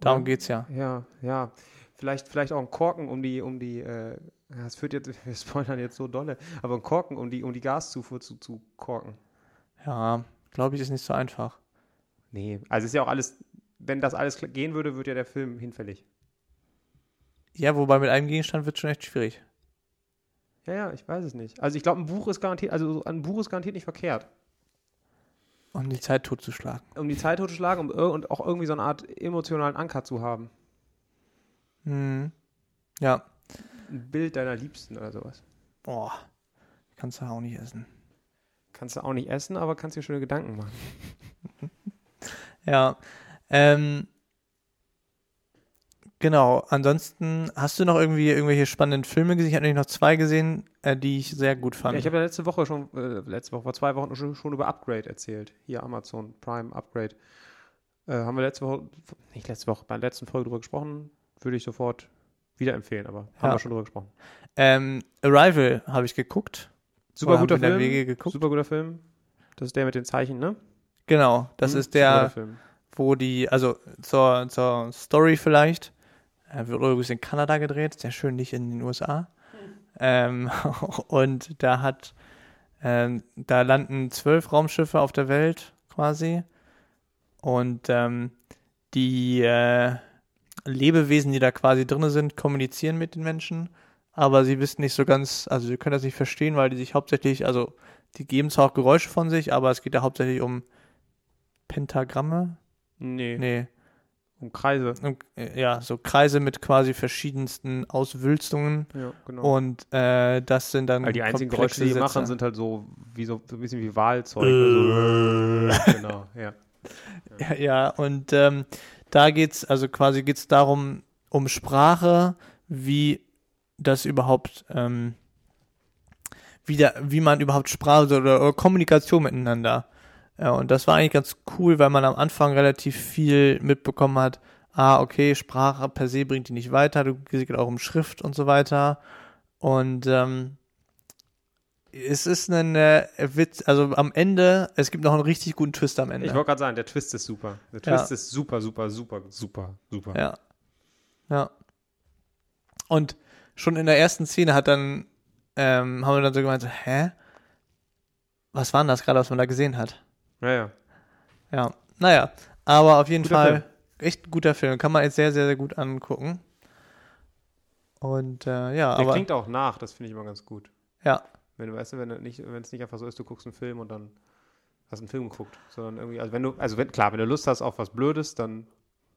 A: Darum
B: Oder-
A: geht's ja.
B: Ja, ja. Vielleicht, vielleicht auch ein Korken um die, um die, äh, ja, es führt jetzt, wir spoilern jetzt so dolle, aber ein Korken, um die, um die Gaszufuhr zu, zu korken.
A: Ja, glaube ich, ist nicht so einfach.
B: Nee, also ist ja auch alles, wenn das alles kl- gehen würde, wird ja der Film hinfällig.
A: Ja, wobei mit einem Gegenstand wird schon echt schwierig.
B: Ja, ja, ich weiß es nicht. Also ich glaube, ein Buch ist garantiert, also ein Buch ist garantiert nicht verkehrt.
A: Um die Zeit totzuschlagen.
B: um die Zeit totzuschlagen um, ir- und auch irgendwie so eine Art emotionalen Anker zu haben.
A: Hm. Ja.
B: Ein Bild deiner Liebsten oder sowas.
A: Boah. Kannst du auch nicht essen.
B: Kannst du auch nicht essen, aber kannst dir schöne Gedanken machen.
A: Ja. Ähm. Genau. Ansonsten hast du noch irgendwie irgendwelche spannenden Filme gesehen? Ich habe nämlich noch zwei gesehen, äh, die ich sehr gut fand.
B: Ja, ich habe ja letzte Woche schon, äh, letzte Woche, vor zwei Wochen schon, schon über Upgrade erzählt. Hier Amazon Prime Upgrade. Äh, haben wir letzte Woche, nicht letzte Woche, bei der letzten Folge drüber gesprochen. Würde ich sofort wieder empfehlen, aber haben
A: Ja.
B: wir schon drüber gesprochen.
A: ähm, Arrival habe ich geguckt.
B: Super
A: Oder
B: guter
A: haben wir da
B: Film.
A: Wege geguckt?
B: Super guter Film. Das ist der mit den Zeichen, ne?
A: Genau, das
B: Hm,
A: ist
B: super
A: der,
B: guter Film.
A: wo die, also zur, zur Story vielleicht, äh, wird übrigens in Kanada gedreht, sehr schön nicht in den USA. Ähm, und da hat, ähm, da landen zwölf Raumschiffe auf der Welt quasi. Und ähm, die äh, Lebewesen, die da quasi drin sind, kommunizieren mit den Menschen, aber sie wissen nicht so ganz, also sie können das nicht verstehen, weil die sich hauptsächlich, also die geben zwar auch Geräusche von sich, aber es geht da hauptsächlich um Pentagramme,
B: Nee,
A: Nee,
B: um Kreise.
A: um, äh, ja, so Kreise mit quasi verschiedensten Auswülstungen
B: Ja, genau.
A: und äh, das sind dann
B: Weil die einzigen
A: komplexe
B: Geräusche, die sie
A: Sätze.
B: machen, sind halt so, wie so, so ein bisschen wie Wahlzeug. Also,
A: Äh.
B: genau, ja.
A: Ja, ja und ähm, da geht's, also quasi geht's darum, um Sprache, wie das überhaupt, ähm, wie, da, wie man überhaupt Sprache oder, oder Kommunikation miteinander. Ja, und das war eigentlich ganz cool, weil man am Anfang relativ viel mitbekommen hat. Ah, okay, Sprache per se bringt die nicht weiter. Du es geht auch um Schrift und so weiter. Und ähm, es ist ein äh, Witz, also am Ende, es gibt noch einen richtig guten Twist am Ende.
B: Ich wollte gerade sagen, der Twist ist super. Der
A: Ja.
B: Twist ist super, super, super, super, super.
A: Ja. Ja. Und schon in der ersten Szene hat dann, ähm, haben wir dann so gemeint, so, hä? Was war denn das gerade, was man da gesehen hat?
B: Ja, ja.
A: Ja. Naja, aber auf jeden
B: Guter
A: Fall
B: Film.
A: echt ein guter Film. Kann man jetzt sehr, sehr, sehr gut angucken. Und äh, ja,
B: Der
A: aber
B: klingt auch nach, das finde ich immer ganz gut.
A: ja,
B: Wenn du weißt, du, wenn es nicht, wenn es nicht einfach so ist, du guckst einen Film und dann hast einen Film geguckt, sondern irgendwie, also wenn du, also wenn, klar, wenn du Lust hast auf was Blödes, dann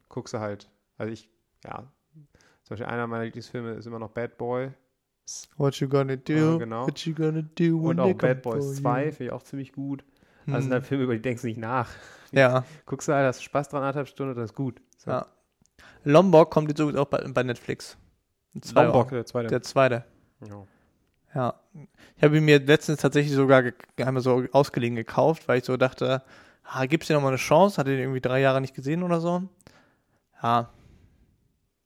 B: guckst du halt. Also ich, ja, zum Beispiel einer meiner Lieblingsfilme ist immer noch Bad Boy
A: what you gonna do?
B: Ja, genau.
A: What you gonna do? when
B: und
A: they
B: auch
A: come
B: Bad
A: for
B: Boys
A: you?
B: 2, finde ich auch ziemlich gut.
A: Hm.
B: Also sind halt Filme, über die denkst du nicht nach.
A: ja,
B: Guckst du halt, hast Spaß dran, anderthalb Stunden, dann ist gut. So.
A: ja. Lombok kommt jetzt übrigens auch bei, bei Netflix. In zwei
B: Lombok,
A: Wochen.
B: ne? der zweite.
A: Der zweite.
B: ja.
A: Ja. Ich habe ihn mir letztens tatsächlich sogar ge- einmal so ausgeliehen gekauft, weil ich so dachte, ah, gibt's dir noch mal eine Chance? Hatte den irgendwie drei Jahre nicht gesehen oder so. Ja.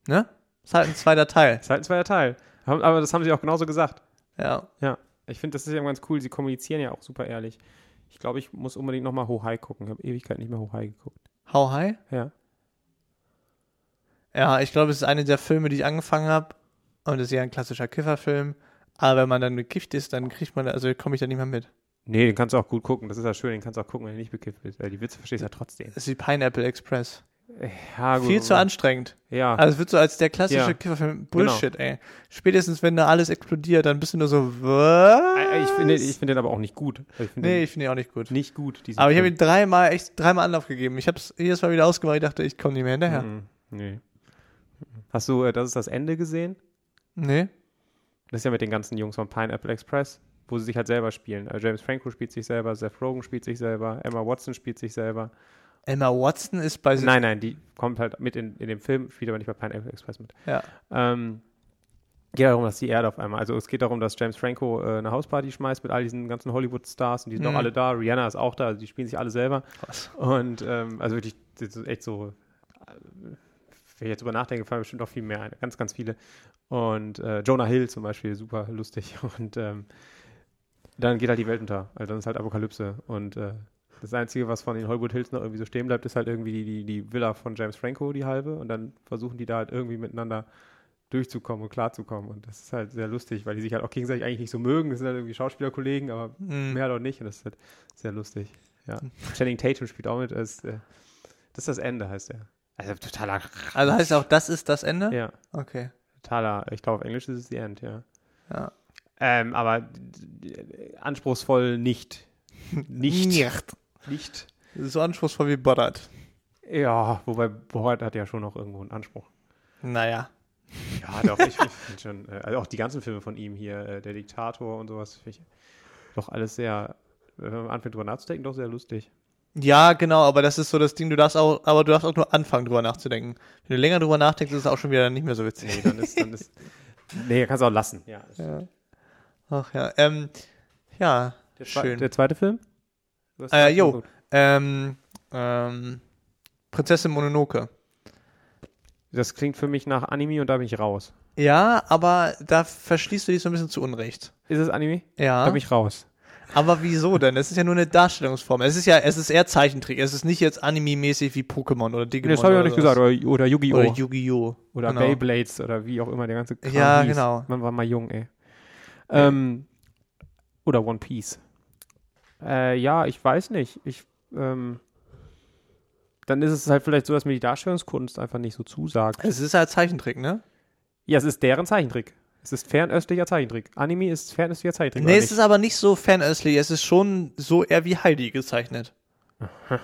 A: Ne? Ist halt ein zweiter Teil.
B: Ist halt ein zweiter Teil. Haben- Aber das haben sie auch genauso gesagt.
A: Ja.
B: Ich finde, das ist ja ganz cool. Sie kommunizieren ja auch super ehrlich. Ich glaube, ich muss unbedingt nochmal Hohai gucken. Ich habe Ewigkeit nicht mehr Hohai geguckt.
A: How high?
B: Ja.
A: Ja, ich glaube, es ist einer der Filme, die ich angefangen habe. Und es ist ja ein klassischer Kifferfilm. Aber wenn man dann gekifft ist, dann kriegt man, also komme ich da nicht mehr mit.
B: Nee, den kannst du auch gut gucken. Das ist ja schön. Den kannst du auch gucken, wenn du nicht bekifft bist. Weil die Witze verstehst du ja trotzdem.
A: Es ist wie Pineapple Express.
B: Ja, Ah, gut.
A: Viel zu
B: aber-
A: anstrengend.
B: Ja.
A: Also es wird so als der klassische
B: Ja. Genau.
A: Kifferfilm Bullshit, ey. Spätestens wenn da alles explodiert, dann bist du nur so, was?
B: Ä- Äh, ich finde ich find den aber auch nicht gut. Also ich finde
A: nee, ich finde ihn auch nicht gut.
B: den nicht gut. diesen
A: Aber ich habe
B: Film.
A: ihm dreimal, echt dreimal Anlauf gegeben. Ich habe es jedes Mal wieder ausgemacht, ich dachte, ich komme nicht mehr hinterher.
B: Mhm. Nee. Hast du, äh, das ist das Ende gesehen?
A: Nee.
B: Das ist ja mit den ganzen Jungs von Pineapple Express, wo sie sich halt selber spielen. Also James Franco spielt sich selber, Seth Rogen spielt sich selber, Emma Watson spielt sich selber.
A: Emma Watson ist bei
B: Nein, nein, die kommt halt mit in, in dem Film, spielt aber nicht bei Pineapple Express mit.
A: Ja.
B: Ähm, geht darum, dass die Erde auf einmal, also es geht darum, dass James Franco äh, eine Hausparty schmeißt mit all diesen ganzen Hollywood-Stars und die sind
A: Mhm.
B: auch alle da. Rihanna ist auch da, also die spielen sich alle selber.
A: Krass.
B: Und ähm, also wirklich, das ist echt so, äh, wenn ich jetzt drüber nachdenke, fallen bestimmt noch viel mehr ein. Ganz, ganz viele. Und äh, Jonah Hill zum Beispiel, super lustig. Und ähm, dann geht halt die Welt unter. Also dann ist halt Apokalypse. Und äh, das Einzige, was von den Hollywood Hills noch irgendwie so stehen bleibt, ist halt irgendwie die, die, die Villa von James Franco, die halbe. Und dann versuchen die da halt irgendwie miteinander durchzukommen und klarzukommen. Und das ist halt sehr lustig, weil die sich halt auch gegenseitig eigentlich nicht so mögen. Das sind halt irgendwie Schauspielerkollegen, aber
A: Mhm.
B: mehr doch nicht. Und das ist halt sehr lustig. Ja. Channing Tatum spielt auch mit. Ist, äh, das ist das Ende, heißt er. Also totaler,
A: Also heißt auch, das ist das Ende?
B: ja,
A: Okay.
B: totaler. Ich glaube, auf Englisch ist es The End, ja.
A: Ja.
B: Ähm, aber d- d- anspruchsvoll nicht. Nicht.
A: Nicht.
B: nicht.
A: So anspruchsvoll wie Boddard.
B: Ja, wobei Borat hat ja schon noch irgendwo einen Anspruch.
A: Naja.
B: Ja, doch, ich finde schon, äh, also auch die ganzen Filme von ihm hier, äh, Der Diktator und sowas, finde ich doch alles sehr, wenn man anfängt drüber nachzudenken, doch sehr lustig.
A: Ja, genau, aber das ist so das Ding, du darfst auch, aber du darfst auch nur anfangen, drüber nachzudenken. Wenn du länger drüber nachdenkst, ist es auch schon wieder nicht mehr so witzig.
B: Nee, dann ist, dann ist, nee, kannst du auch lassen. Ja,
A: Ja. Ach ja, ähm, ja,
B: Der, zwe-
A: schön.
B: der zweite Film? Du hast
A: Äh,
B: den
A: jo.
B: geguckt.
A: Ähm, ähm, Prinzessin Mononoke.
B: Das klingt für mich nach Anime und da bin ich raus.
A: Ja, aber da verschließt du dich so ein bisschen zu Unrecht.
B: Ist es Anime? Da
A: Ja.
B: bin ich raus.
A: Aber wieso denn? Es ist ja nur eine Darstellungsform. Es ist ja, es ist eher Zeichentrick. Es ist nicht jetzt anime-mäßig wie Pokémon oder Digimon.
B: Nee, das habe ich auch
A: oder
B: nicht gesagt.
A: sowas.
B: Oder, oder Yu-Gi-Oh!
A: Oder
B: Oder,
A: Yu-Gi-Oh! genau.
B: Beyblades oder wie auch immer der ganze Kram
A: Ja,
B: hieß.
A: genau.
B: Man war mal jung, ey. Ähm, oder One Piece. Äh, ja, ich weiß nicht. Ich, ähm, dann ist es halt vielleicht so, dass mir die Darstellungskunst einfach nicht so zusagt.
A: Es ist halt Zeichentrick, ne?
B: Ja, es ist deren Zeichentrick. Es ist fernöstlicher Zeichentrick. Anime ist fernöstlicher Zeichentrick.
A: Nee,
B: oder
A: es ist aber nicht so fanöstlich. Es ist schon so eher wie Heidi gezeichnet.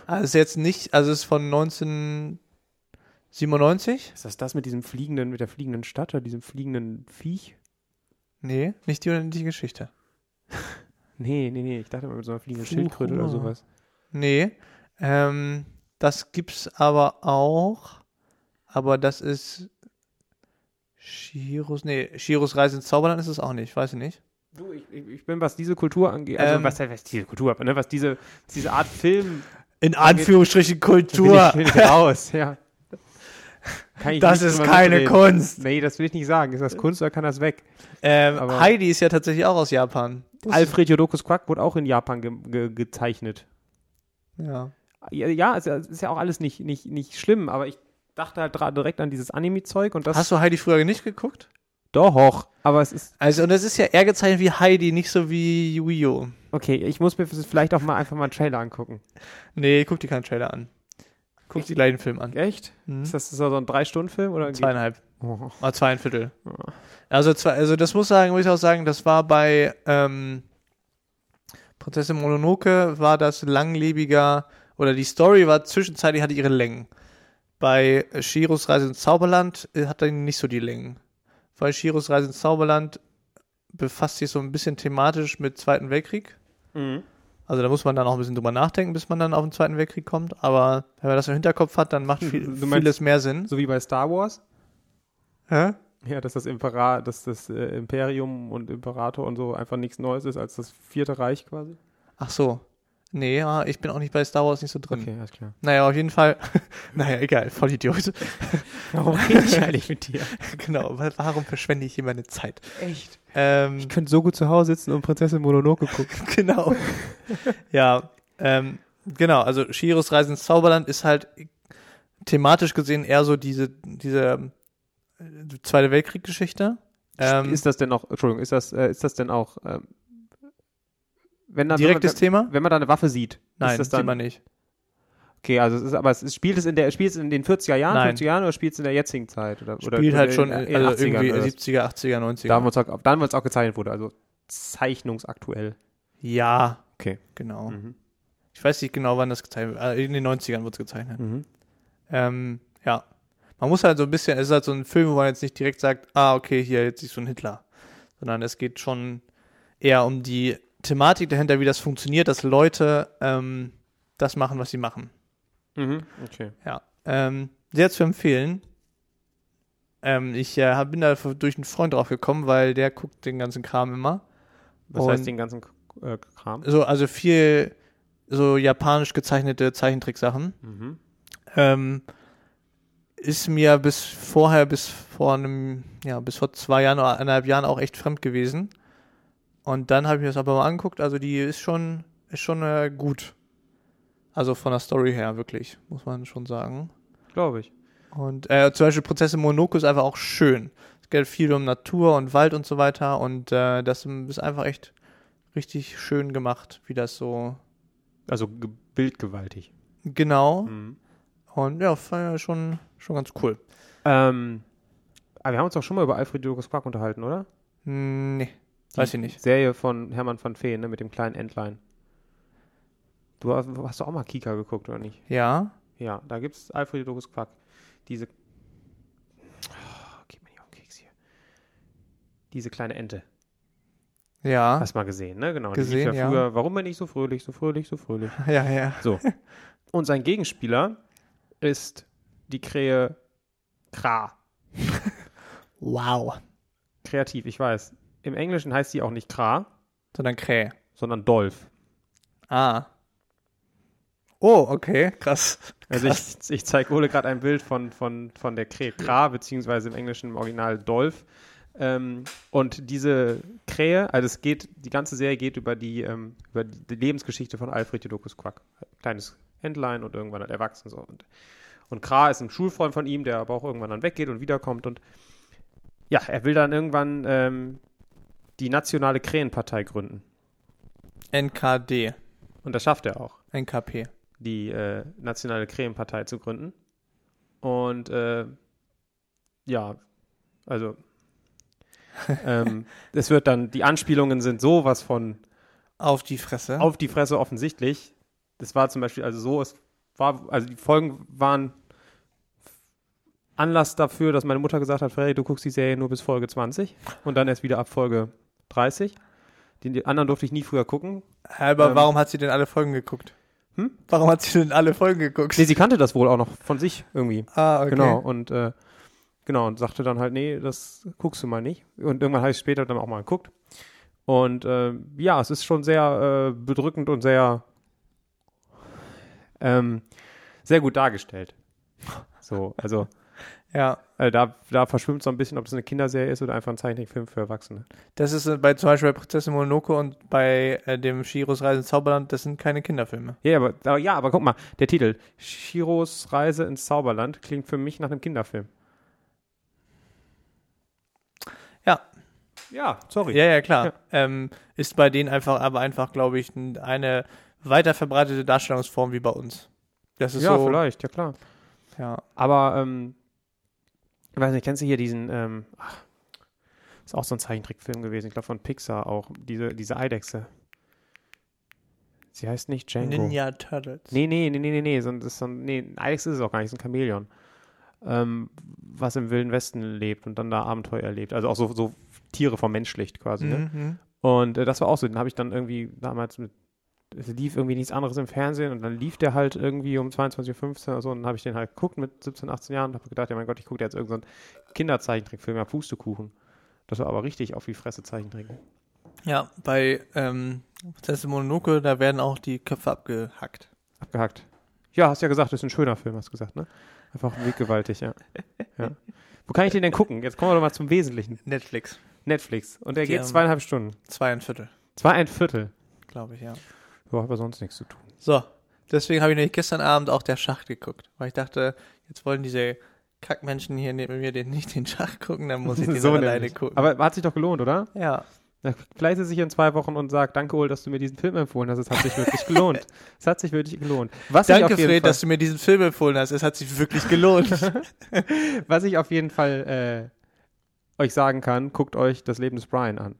A: Also es ist jetzt nicht, also es ist von 1997?
B: Ist das das mit diesem fliegenden, mit der fliegenden Stadt oder diesem fliegenden Viech?
A: Nee, nicht die, die Geschichte.
B: Nee, nee, nee, ich dachte mal mit so einer fliegenden
A: Fuhura.
B: Schildkröte oder sowas.
A: Nee. Ähm, das gibt's aber auch. Aber das ist Shiros. Nee, Shiros Reise ins Zauberland ist es auch nicht, weiß ich nicht.
B: Du, ich, ich ich bin, was diese Kultur angeht, also
A: Ähm.
B: was, was diese Kultur, ne, was diese, was diese Art Film
A: In Anführungsstrichen
B: bin ich,
A: Kultur.
B: bin ich raus, ja. Kann ich
A: Das
B: nicht
A: ist
B: drüber
A: keine
B: mitreden.
A: Kunst.
B: Nee, das will ich nicht sagen. Ist das Kunst oder kann das weg?
A: Ähm,
B: Aber-
A: Heidi ist ja tatsächlich auch aus Japan. Das-
B: Alfred Jodokus Quack wurde auch in Japan ge ge gezeichnet.
A: Ja.
B: Ja, Ja, es es ist ja auch alles nicht, nicht, nicht schlimm, aber ich dachte halt dra- direkt an dieses Anime-Zeug und das
A: Hast du Heidi früher nicht geguckt?
B: doch, aber es ist
A: Also, und es ist ja eher gezeichnet wie Heidi, nicht so wie Yu-Gi-Oh!
B: okay. Ich muss mir vielleicht auch mal einfach mal einen Trailer angucken.
A: Nee, guck dir keinen Trailer an. Guck dir gleich den Film an.
B: Echt?
A: Mhm.
B: Ist das so ein Drei-Stunden-Film oder?
A: Zweieinhalb.
B: Oh.
A: Mal zwei ein Viertel.
B: Ja.
A: Also, zwei, also das muss sagen, muss ich auch sagen, das war bei ähm, Prinzessin Mononoke war das langlebiger oder die Story war zwischenzeitlich hatte ihre Längen. Bei äh, Shiros Reise ins Zauberland äh, hat er nicht so die Längen. Weil Shiros Reise ins Zauberland befasst sich so ein bisschen thematisch mit Zweiten Weltkrieg.
B: Mhm.
A: Also da muss man dann auch ein bisschen drüber nachdenken, bis man dann auf den Zweiten Weltkrieg kommt. Aber wenn man das im Hinterkopf hat, dann macht viel,
B: Du meinst-
A: vieles mehr Sinn.
B: So wie bei Star Wars?
A: Hä?
B: Ja, dass das, Impera dass das äh, Imperium und Imperator und so einfach nichts Neues ist als das Vierte Reich quasi.
A: Ach so. Nee, ja, ich bin auch nicht bei Star Wars nicht so drin.
B: alles klar.
A: Naja, auf jeden Fall. naja, egal, voll Idiot.
B: Warum rede ich eigentlich mit dir?
A: genau, wa- warum verschwende ich hier meine Zeit?
B: Echt?
A: Ähm,
B: Ich könnte so gut zu Hause sitzen und Prinzessin Mononoke gucken.
A: genau. ja, ähm, genau, also Shiros Reise ins Zauberland ist halt thematisch gesehen eher so diese, diese äh, Zweite Weltkrieg-Geschichte. Ähm,
B: ist das denn auch, Entschuldigung, ist das, äh, ist das denn auch, ähm, wenn dann,
A: direktes
B: wenn,
A: Thema?
B: wenn man da eine Waffe sieht,
A: Nein, das
B: ist das
A: sieht
B: dann,
A: man nicht.
B: okay, also es ist, aber es ist, spielt es in der, spielt es in den 40er Jahren,
A: Nein.
B: 50er Jahren oder spielt es in der jetzigen Zeit? Oder, oder,
A: Spielt
B: oder
A: halt schon
B: in, in
A: äh, also
B: 80ern
A: irgendwie
B: oder was?
A: 70er, 80er, 90er.
B: Da, wo es auch, da, wo es auch gezeichnet wurde, also zeichnungsaktuell.
A: ja.
B: Okay.
A: Genau.
B: Mhm.
A: Ich weiß nicht genau, wann das gezeichnet wird. Äh, In den 90ern wurde es gezeichnet.
B: Mhm.
A: Ähm, ja. Man muss halt so ein bisschen, es ist halt so ein Film, wo man jetzt nicht direkt sagt, ah, okay, hier, jetzt ist so ein Hitler. Sondern es geht schon eher um die Thematik dahinter, wie das funktioniert, dass Leute ähm, das machen, was sie machen.
B: Mhm. Okay.
A: Ja. Ähm, sehr zu empfehlen. Ähm, ich äh, hab- bin da durch einen Freund drauf gekommen, weil der guckt den ganzen Kram immer.
B: Was
A: Und-
B: heißt den ganzen K- äh, Kram?
A: So, also viel so japanisch gezeichnete Zeichentricksachen.
B: Mhm.
A: ähm, ist mir bis vorher, bis vor einem, ja, bis vor zwei Jahren oder anderthalb Jahren auch echt fremd gewesen. Und dann habe ich mir das aber mal angeguckt. Also die ist schon, ist schon äh, gut. Also von der Story her, wirklich, muss man schon sagen.
B: Glaube ich.
A: Und äh, zum Beispiel Prozesse Monoku ist einfach auch schön. Es geht viel um Natur und Wald und so weiter. Und äh, das ist einfach echt richtig schön gemacht, wie das so
B: Also ge- bildgewaltig.
A: genau.
B: Mhm.
A: Und ja, fand ich schon, schon ganz cool.
B: Ähm, aber wir haben uns doch schon mal über Alfred Jokus Quack unterhalten, oder?
A: Nee, weiß
B: Hm.
A: ich nicht.
B: Serie von Hermann van Feen, ne, mit dem kleinen Entlein. Du hast, hast du auch mal Kika geguckt, oder nicht?
A: Ja,
B: Ja, da gibt es Alfred Jokus Quack. Diese. Oh, gib mir nicht auf den Keks hier. Diese kleine Ente.
A: ja,
B: Hast du mal gesehen, ne? Genau. lief
A: Ah. Gesehen, ja.
B: früher. Warum bin ich so fröhlich, so fröhlich, so fröhlich?
A: ja, ja.
B: So. Und sein Gegenspieler ist die Krähe Kra.
A: Wow.
B: Kreativ, ich weiß. Im Englischen heißt sie auch nicht Kra,
A: Sondern Krähe.
B: sondern Dolph.
A: Ah. Oh, okay, krass.
B: Also ich, ich zeige Ole gerade ein Bild von, von, von der Krähe Kra, beziehungsweise im Englischen im Original Dolph. Ähm, und diese Krähe, also es geht, die ganze Serie geht über die, ähm, über die Lebensgeschichte von Alfred Jodokus Quack. Kleines Entlein und irgendwann hat erwachsen so. Und, und Kra ist ein Schulfreund von ihm, der aber auch irgendwann dann weggeht und wiederkommt und ja, er will dann irgendwann ähm, die nationale Krähenpartei gründen.
A: NKD,
B: Und das schafft er auch,
A: NKP.
B: die äh, nationale Krähenpartei zu gründen. Und äh, ja, also ähm, es wird dann, die Anspielungen sind sowas von
A: Auf die Fresse.
B: auf die Fresse offensichtlich. Das war zum Beispiel, also so, es war, also die Folgen waren Anlass dafür, dass meine Mutter gesagt hat, Freddy, du guckst die Serie nur bis Folge 20 und dann erst wieder ab Folge 30. Die, die anderen durfte ich nie früher gucken.
A: Aber
B: ähm,
A: warum hat sie denn alle Folgen geguckt?
B: Hm?
A: Warum hat sie denn alle Folgen geguckt?
B: Nee, sie kannte das wohl auch noch von sich irgendwie.
A: ah,
B: Genau. Und äh, genau, und sagte dann halt, nee, das guckst du mal nicht. Und irgendwann habe ich später dann auch mal geguckt. Und äh, ja, es ist schon sehr äh, bedrückend und sehr, ähm, sehr gut dargestellt. So, also
A: Ja.
B: äh, da, da verschwimmt so ein bisschen, ob das eine Kinderserie ist oder einfach ein Zeichentrickfilm für Erwachsene.
A: Das ist äh, bei zum Beispiel bei Prinzessin Mononoke und bei äh, dem Shiros Reise ins Zauberland, das sind keine Kinderfilme.
B: Ja, aber, aber ja, aber guck mal, der Titel Shiros Reise ins Zauberland klingt für mich nach einem Kinderfilm.
A: Ja.
B: Ja, sorry.
A: Ja, ja, klar. Ähm, ist bei denen einfach, aber einfach, glaube ich, n- eine weiter verbreitete Darstellungsform wie bei uns. Das ist
B: Ja,
A: so.
B: vielleicht, ja klar.
A: Ja.
B: Aber, ähm, ich weiß nicht, kennst du hier diesen, ähm, ach, ist auch so ein Zeichentrickfilm gewesen, ich glaube von Pixar auch, diese, diese Eidechse. Sie heißt nicht Django.
A: Ninja Turtles.
B: Nee, nee, nee, nee, nee, nee, so ein- das ist so ein, nee, ein Eidechse ist es auch gar nicht, es ist ein Chamäleon. Ähm, was im Wilden Westen lebt und dann da Abenteuer erlebt. Also auch so, so Tiere vermenschlicht quasi, ne?
A: Mhm.
B: Und äh, das war auch so. Den habe ich dann irgendwie damals mit. Es lief irgendwie nichts anderes im Fernsehen und dann lief der halt irgendwie um 22.15 Uhr oder so und dann habe ich den halt geguckt mit 17, 18 Jahren und habe gedacht, ja mein Gott, ich gucke jetzt irgendeinen so einen Kinderzeichentrickfilm, ja, Pustekuchen. Das war aber richtig auf die Fresse Zeichentrick.
A: Ja, bei ähm, Prinzessin Mononoke, da werden auch die Köpfe abgehackt.
B: Abgehackt. Ja, hast ja gesagt, das ist ein schöner Film, hast du gesagt, ne? Einfach weggewaltig, ja. ja. Wo kann ich den denn gucken? Jetzt kommen wir doch mal zum Wesentlichen.
A: Netflix.
B: Netflix. Und der
A: Die,
B: geht
A: ähm,
B: zweieinhalb Stunden.
A: Zwei und Viertel,
B: Zwei ein Viertel.
A: glaube ich, ja.
B: Ja, aber sonst nichts zu tun.
A: So, deswegen habe ich nämlich gestern Abend auch der Schach geguckt, weil ich dachte, jetzt wollen diese Kackmenschen hier neben mir den nicht den Schach gucken, dann muss ich den dann alleine
B: nämlich.
A: gucken.
B: Aber hat sich doch gelohnt, oder?
A: ja,
B: Da Vielleicht ist sich in zwei Wochen und sagt, danke, Ol, dass du mir diesen Film empfohlen hast. Es hat sich wirklich gelohnt. Es hat sich wirklich gelohnt. Was ich
A: danke
B: auf jeden
A: Fred,
B: Fall,
A: dass du mir diesen Film empfohlen hast. Es hat sich wirklich gelohnt.
B: was ich auf jeden Fall äh, euch sagen kann, guckt euch das Leben des Brian an.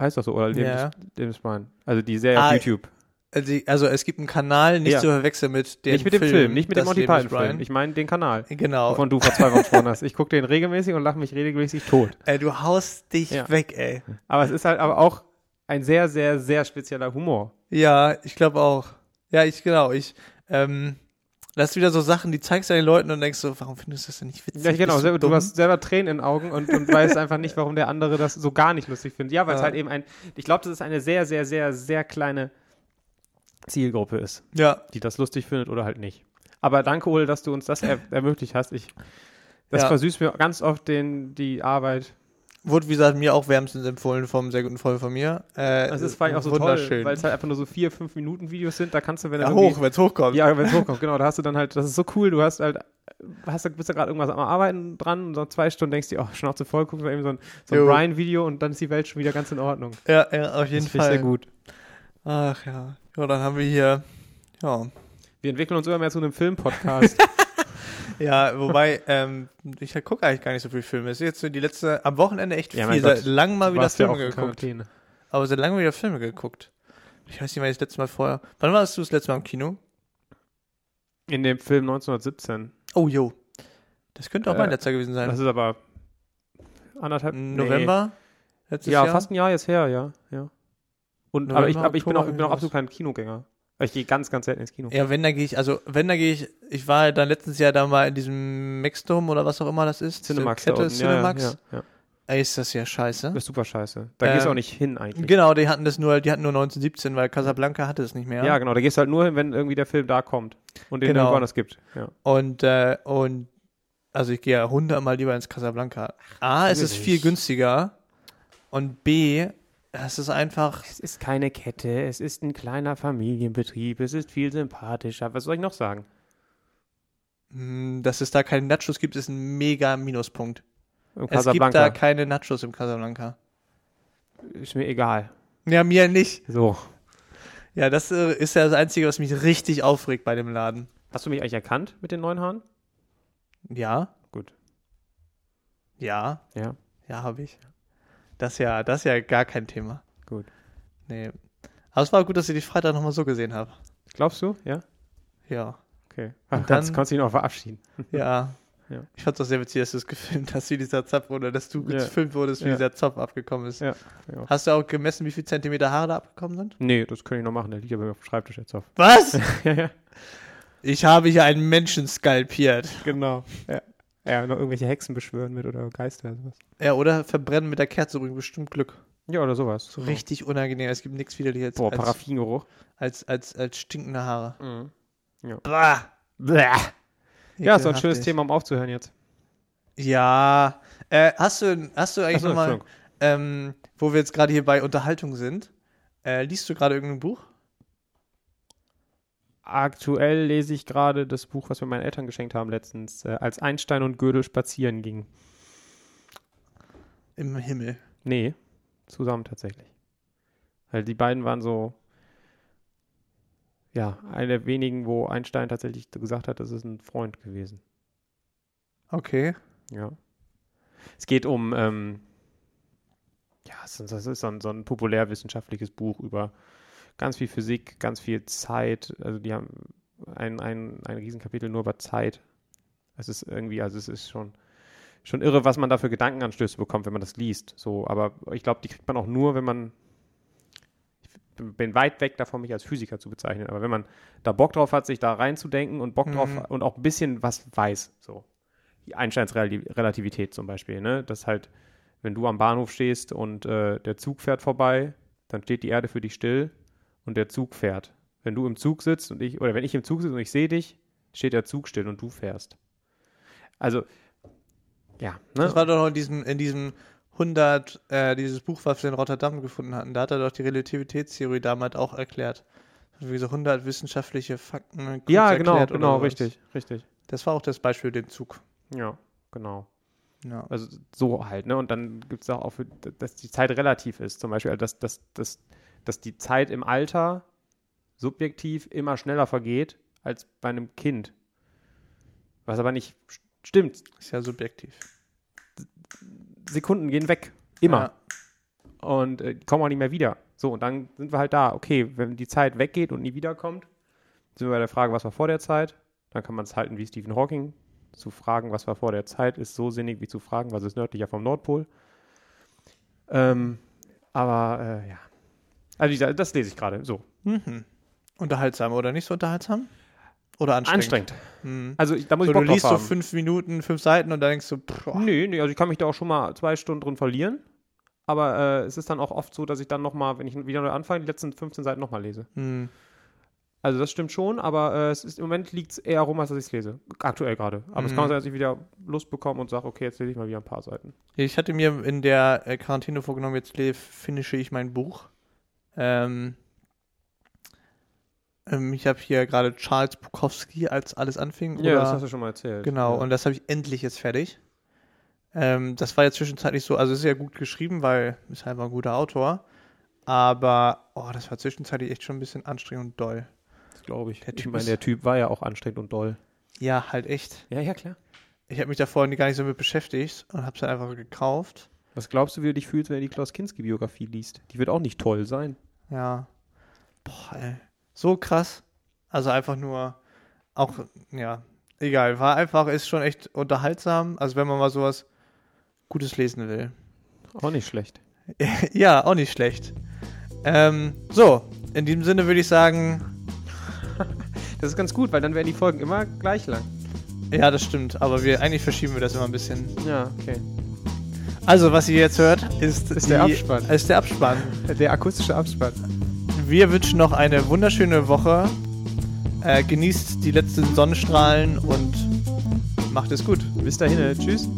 B: Heißt doch so, oder? Leben,
A: Ja.
B: des, Leben des Brian. Also die Serie
A: Ah,
B: auf YouTube.
A: also, die- also es gibt einen Kanal, nicht
B: Ja.
A: zu verwechseln mit dem
B: Nicht mit dem Film, nicht mit dem
A: Das
B: Monty
A: Leben des
B: Python Film.
A: Brian.
B: Ich meine den Kanal,
A: Genau.
B: wovon du vor zwei Wochen gesprochen hast. Ich gucke den regelmäßig und lache mich regelmäßig tot.
A: Äh, du haust dich
B: Ja.
A: weg, ey.
B: Aber es ist halt aber auch ein sehr, sehr, sehr spezieller Humor.
A: Ja, ich glaube auch. Ja, ich genau. Ich ähm, das ist wieder so Sachen, die zeigst du den Leuten und denkst so, warum findest du das denn nicht witzig?
B: Ja, genau.
A: Bist du
B: Selber, du
A: dumm?
B: hast selber Tränen in den Augen und, und weißt einfach nicht, warum der andere das so gar nicht lustig findet. Ja, weil es
A: Ja.
B: halt eben ein, ich glaube, das ist eine sehr, sehr, sehr, sehr kleine Zielgruppe ist,
A: ja,
B: die das lustig findet oder halt nicht. Aber danke, Ole, dass du uns das er ermöglicht hast. Ich, das
A: Ja.
B: versüßt mir ganz oft den, die Arbeit.
A: Wurde, wie gesagt, mir auch wärmstens empfohlen vom sehr guten Freund von mir. Äh,
B: Das ist vor allem auch so
A: wunderschön.
B: toll, weil es halt einfach nur so vier, fünf Minuten Videos sind. Da kannst du, wenn du
A: ja,
B: irgendwie-
A: hoch, wenn es hochkommt.
B: Ja, wenn es hochkommt, genau. Da hast du dann halt, das ist so cool, du hast halt, hast, da- bist da gerade irgendwas am Arbeiten dran und so zwei Stunden denkst du dir, oh, Schnauze voll, gucken wir eben so ein, so ein
A: Jo.
B: Brian-Video und dann ist die Welt schon wieder ganz in Ordnung.
A: ja, ja, auf jeden
B: Das finde ich
A: Fall.
B: sehr gut.
A: Ach ja. Ja, dann haben wir hier. Ja,
B: Wir entwickeln uns immer mehr zu einem Film-Podcast.
A: ja wobei, ähm, ich gucke eigentlich gar nicht so viel Filme. Es ist jetzt so die letzte, am Wochenende echt
B: Ja,
A: viel.
B: mein
A: Seit
B: Gott.
A: langem mal
B: Du
A: wieder
B: warst ja
A: Filme
B: auch in
A: geguckt.
B: Quarantäne.
A: Aber seit langem wieder Filme geguckt. Ich weiß nicht, wann ich das letzte Mal vorher. Wann warst du das letzte Mal im Kino?
B: In dem Film 1917.
A: Oh, jo. Das könnte auch
B: Äh,
A: mein letzter gewesen sein.
B: Das ist aber anderthalb
A: November? Letztes
B: Nee. Ja,
A: Jahr?
B: fast ein Jahr jetzt her, ja. ja. Und, aber ich,
A: November,
B: aber
A: Oktober,
B: ich bin auch, ich bin auch
A: irgendwas.
B: absolut kein Kinogänger. Ich gehe ganz, ganz selten ins Kino.
A: Ja, wenn da gehe ich, also wenn da gehe ich, ich war halt dann letztes Jahr da mal in diesem Maxdome oder was auch immer das ist. diese
B: Cinemax. da
A: Kette
B: unten. Ja,
A: Cinemax.
B: Ja, ja, ja.
A: Ey, ist das ja scheiße.
B: Das ist super scheiße. Da gehst du
A: Ähm,
B: auch nicht hin eigentlich.
A: Genau, die hatten das nur, die hatten nur 1917, weil Casablanca hatte es nicht mehr.
B: Ja, genau. Da gehst du halt nur hin, wenn irgendwie der Film da kommt und den
A: Genau.
B: irgendwo anders gibt. Ja.
A: Und, äh, und also ich gehe ja hundertmal lieber ins Casablanca. A, es ist
B: natürlich.
A: viel günstiger und B, es ist einfach,
B: Es ist keine Kette, es ist ein kleiner Familienbetrieb, es ist viel sympathischer. Was soll ich noch sagen?
A: mh, hm, dass es da keine Nachos gibt, ist ein mega Minuspunkt.
B: Im
A: Es gibt da
B: Casablanca
A: keine Nachos im Casablanca.
B: ist mir egal.
A: Ja, mir nicht.
B: So.
A: Ja, das äh, ist ja das Einzige, was mich richtig aufregt bei dem Laden.
B: Hast du mich eigentlich erkannt mit den neuen Haaren?
A: Ja,
B: Gut.
A: ja,
B: Ja.
A: ja, habe ich. Das ja, das ja gar kein Thema.
B: Gut.
A: Nee. Aber es war gut, dass ich dich Freitag nochmal so gesehen habe.
B: Glaubst du? Ja?
A: Ja.
B: Okay.
A: dann-
B: kannst, kannst du dich noch verabschieden.
A: Ja.
B: Ja.
A: Ich fand's auch sehr witzig, dass du es gefilmt hast, wie dieser Zopf, oder dass du
B: Ja.
A: gefilmt wurdest, wie
B: Ja.
A: dieser Zopf abgekommen ist.
B: Ja, ja.
A: Hast du auch gemessen, wie viel Zentimeter Haare da abgekommen sind?
B: Nee, das kann ich noch machen. Der liegt ja bei mir auf dem Schreibtisch jetzt auf.
A: Was?
B: ja, ja.
A: ich habe hier einen Menschen skalpiert.
B: Genau. Ja. ja, noch irgendwelche Hexen beschwören mit oder Geister oder sowas.
A: Ja, oder verbrennen mit der Kerze bringt bestimmt Glück.
B: Ja, oder sowas.
A: So richtig unangenehm. Es gibt nichts widerliches
B: Boah,
A: als,
B: Paraffingeruch.
A: als, als, als stinkende Haare.
B: Mhm.
A: Bah!
B: Ja, so ein schönes
A: Ekelhaftig.
B: Thema, um aufzuhören jetzt.
A: Ja. Äh, hast, du, hast du eigentlich
B: Achso,
A: nochmal,
B: Entschuldigung.
A: ähm, wo wir jetzt gerade hier bei Unterhaltung sind, äh, liest du gerade irgendein Buch?
B: Aktuell lese ich gerade das Buch, was mir meine Eltern geschenkt haben letztens, äh, als Einstein und Gödel spazieren gingen.
A: Im Himmel.
B: Nee, zusammen tatsächlich. Weil die beiden waren so, ja, einer der wenigen, wo Einstein tatsächlich gesagt hat, das ist ein Freund gewesen.
A: Okay.
B: Ja. Es geht um, ähm, ja, es ist- das ist so ein, so ein populärwissenschaftliches Buch über ganz viel Physik, ganz viel Zeit. Also die haben ein, ein, ein Riesenkapitel nur über Zeit. Es ist irgendwie, also es ist schon, schon irre, was man dafür Gedankenanstöße bekommt, wenn man das liest. So, aber ich glaube, die kriegt man auch nur, wenn man. Ich bin weit weg davon, mich als Physiker zu bezeichnen, aber wenn man da Bock drauf hat, sich da reinzudenken und Bock drauf
A: Mhm.
B: und auch ein bisschen was weiß, so. Die Einsteins Relati- Relativität zum Beispiel, ne? Dass halt, wenn du am Bahnhof stehst und äh, der Zug fährt vorbei, dann steht die Erde für dich still und der Zug fährt. Wenn du im Zug sitzt und ich, oder wenn ich im Zug sitze und ich sehe dich, steht der Zug still und du fährst. Also, ja, ne?
A: Das war doch noch in diesem, in diesem 100, äh, dieses Buch, was wir in Rotterdam gefunden hatten. Da hat er doch die Relativitätstheorie damals auch erklärt. Wie so 100 wissenschaftliche Fakten. kurz
B: ja, genau,
A: erklärt oder
B: genau,
A: sowas.
B: richtig, richtig.
A: Das war auch das Beispiel mit dem Zug.
B: Ja, genau.
A: Ja.
B: Also so halt, ne? Und dann gibt es auch, auch für, dass die Zeit relativ ist, zum Beispiel, also dass, dass, dass, dass die Zeit im Alter subjektiv immer schneller vergeht als bei einem Kind. Was aber nicht st- stimmt.
A: Ist ja subjektiv.
B: Sekunden gehen weg. Immer.
A: Ja.
B: und äh, kommen auch nicht mehr wieder. So, und dann sind wir halt da. Okay, wenn die Zeit weggeht und nie wiederkommt, sind wir bei der Frage, was war vor der Zeit? Dann kann man es halten wie Stephen Hawking. Zu fragen, was war vor der Zeit, ist so sinnig wie zu fragen, was ist nördlicher vom Nordpol. Ähm, aber äh, ja. Also wie gesagt, das lese ich gerade. So.
A: Mhm. Unterhaltsam oder nicht so unterhaltsam? Oder anstrengend?
B: Anstrengend.
A: Mhm.
B: Also ich, da muss
A: So,
B: ich
A: du
B: Bock drauf
A: liest so
B: haben.
A: fünf Minuten, fünf Seiten und dann denkst du, boah,
B: Nee, nee, also ich kann mich da auch schon mal zwei Stunden drin verlieren. Aber äh, es ist dann auch oft so, dass ich dann nochmal, wenn ich wieder neu anfange, die letzten 15 Seiten nochmal lese.
A: hm,
B: Also das stimmt schon, aber äh, es ist, im Moment liegt es eher rum, als dass ich es lese. Aktuell gerade. Aber es
A: Mhm.
B: kann sein, dass ich wieder Lust bekomme und sage, okay, jetzt lese ich mal wieder ein paar Seiten.
A: Ich hatte mir in der äh, Quarantäne vorgenommen, jetzt le- finische ich mein Buch. Ähm, ähm, ich habe hier gerade Charles Bukowski, als alles anfing.
B: Ja,
A: oder,
B: das hast du schon mal erzählt.
A: genau,
B: ja.
A: und das habe ich endlich jetzt fertig. Ähm, das war ja zwischenzeitlich so, also es ist ja gut geschrieben, weil ist halt mal ein guter Autor. Aber, oh, das war zwischenzeitlich echt schon ein bisschen anstrengend und doll.
B: das glaube ich.
A: der
B: ich
A: Typ
B: meine,
A: ist-
B: der Typ war ja auch anstrengend und doll.
A: Ja, halt echt.
B: Ja, ja, klar.
A: Ich habe mich da vorhin gar nicht so mit beschäftigt und habe es dann einfach gekauft.
B: Was glaubst du, wie du dich fühlst, wenn du die Klaus Kinski-Biografie liest? Die wird auch nicht toll sein.
A: Ja. Boah, ey. So krass. Also einfach nur, auch, ja, egal. War einfach, ist schon echt unterhaltsam. Also wenn man mal sowas Gutes lesen will.
B: Auch nicht schlecht.
A: ja, auch nicht schlecht. Ähm, so, in diesem Sinne würde ich sagen,
B: Das ist ganz gut, weil dann werden die Folgen immer gleich lang.
A: ja, das stimmt, aber wir eigentlich verschieben wir das immer ein bisschen.
B: Ja, okay.
A: Also, was ihr jetzt hört, ist,
B: Ist
A: die,
B: der Abspann.
A: Ist der Abspann.
B: Der akustische Abspann.
A: Wir wünschen noch eine wunderschöne Woche. Äh, genießt die letzten Sonnenstrahlen und Macht es gut. Bis dahin. Tschüss.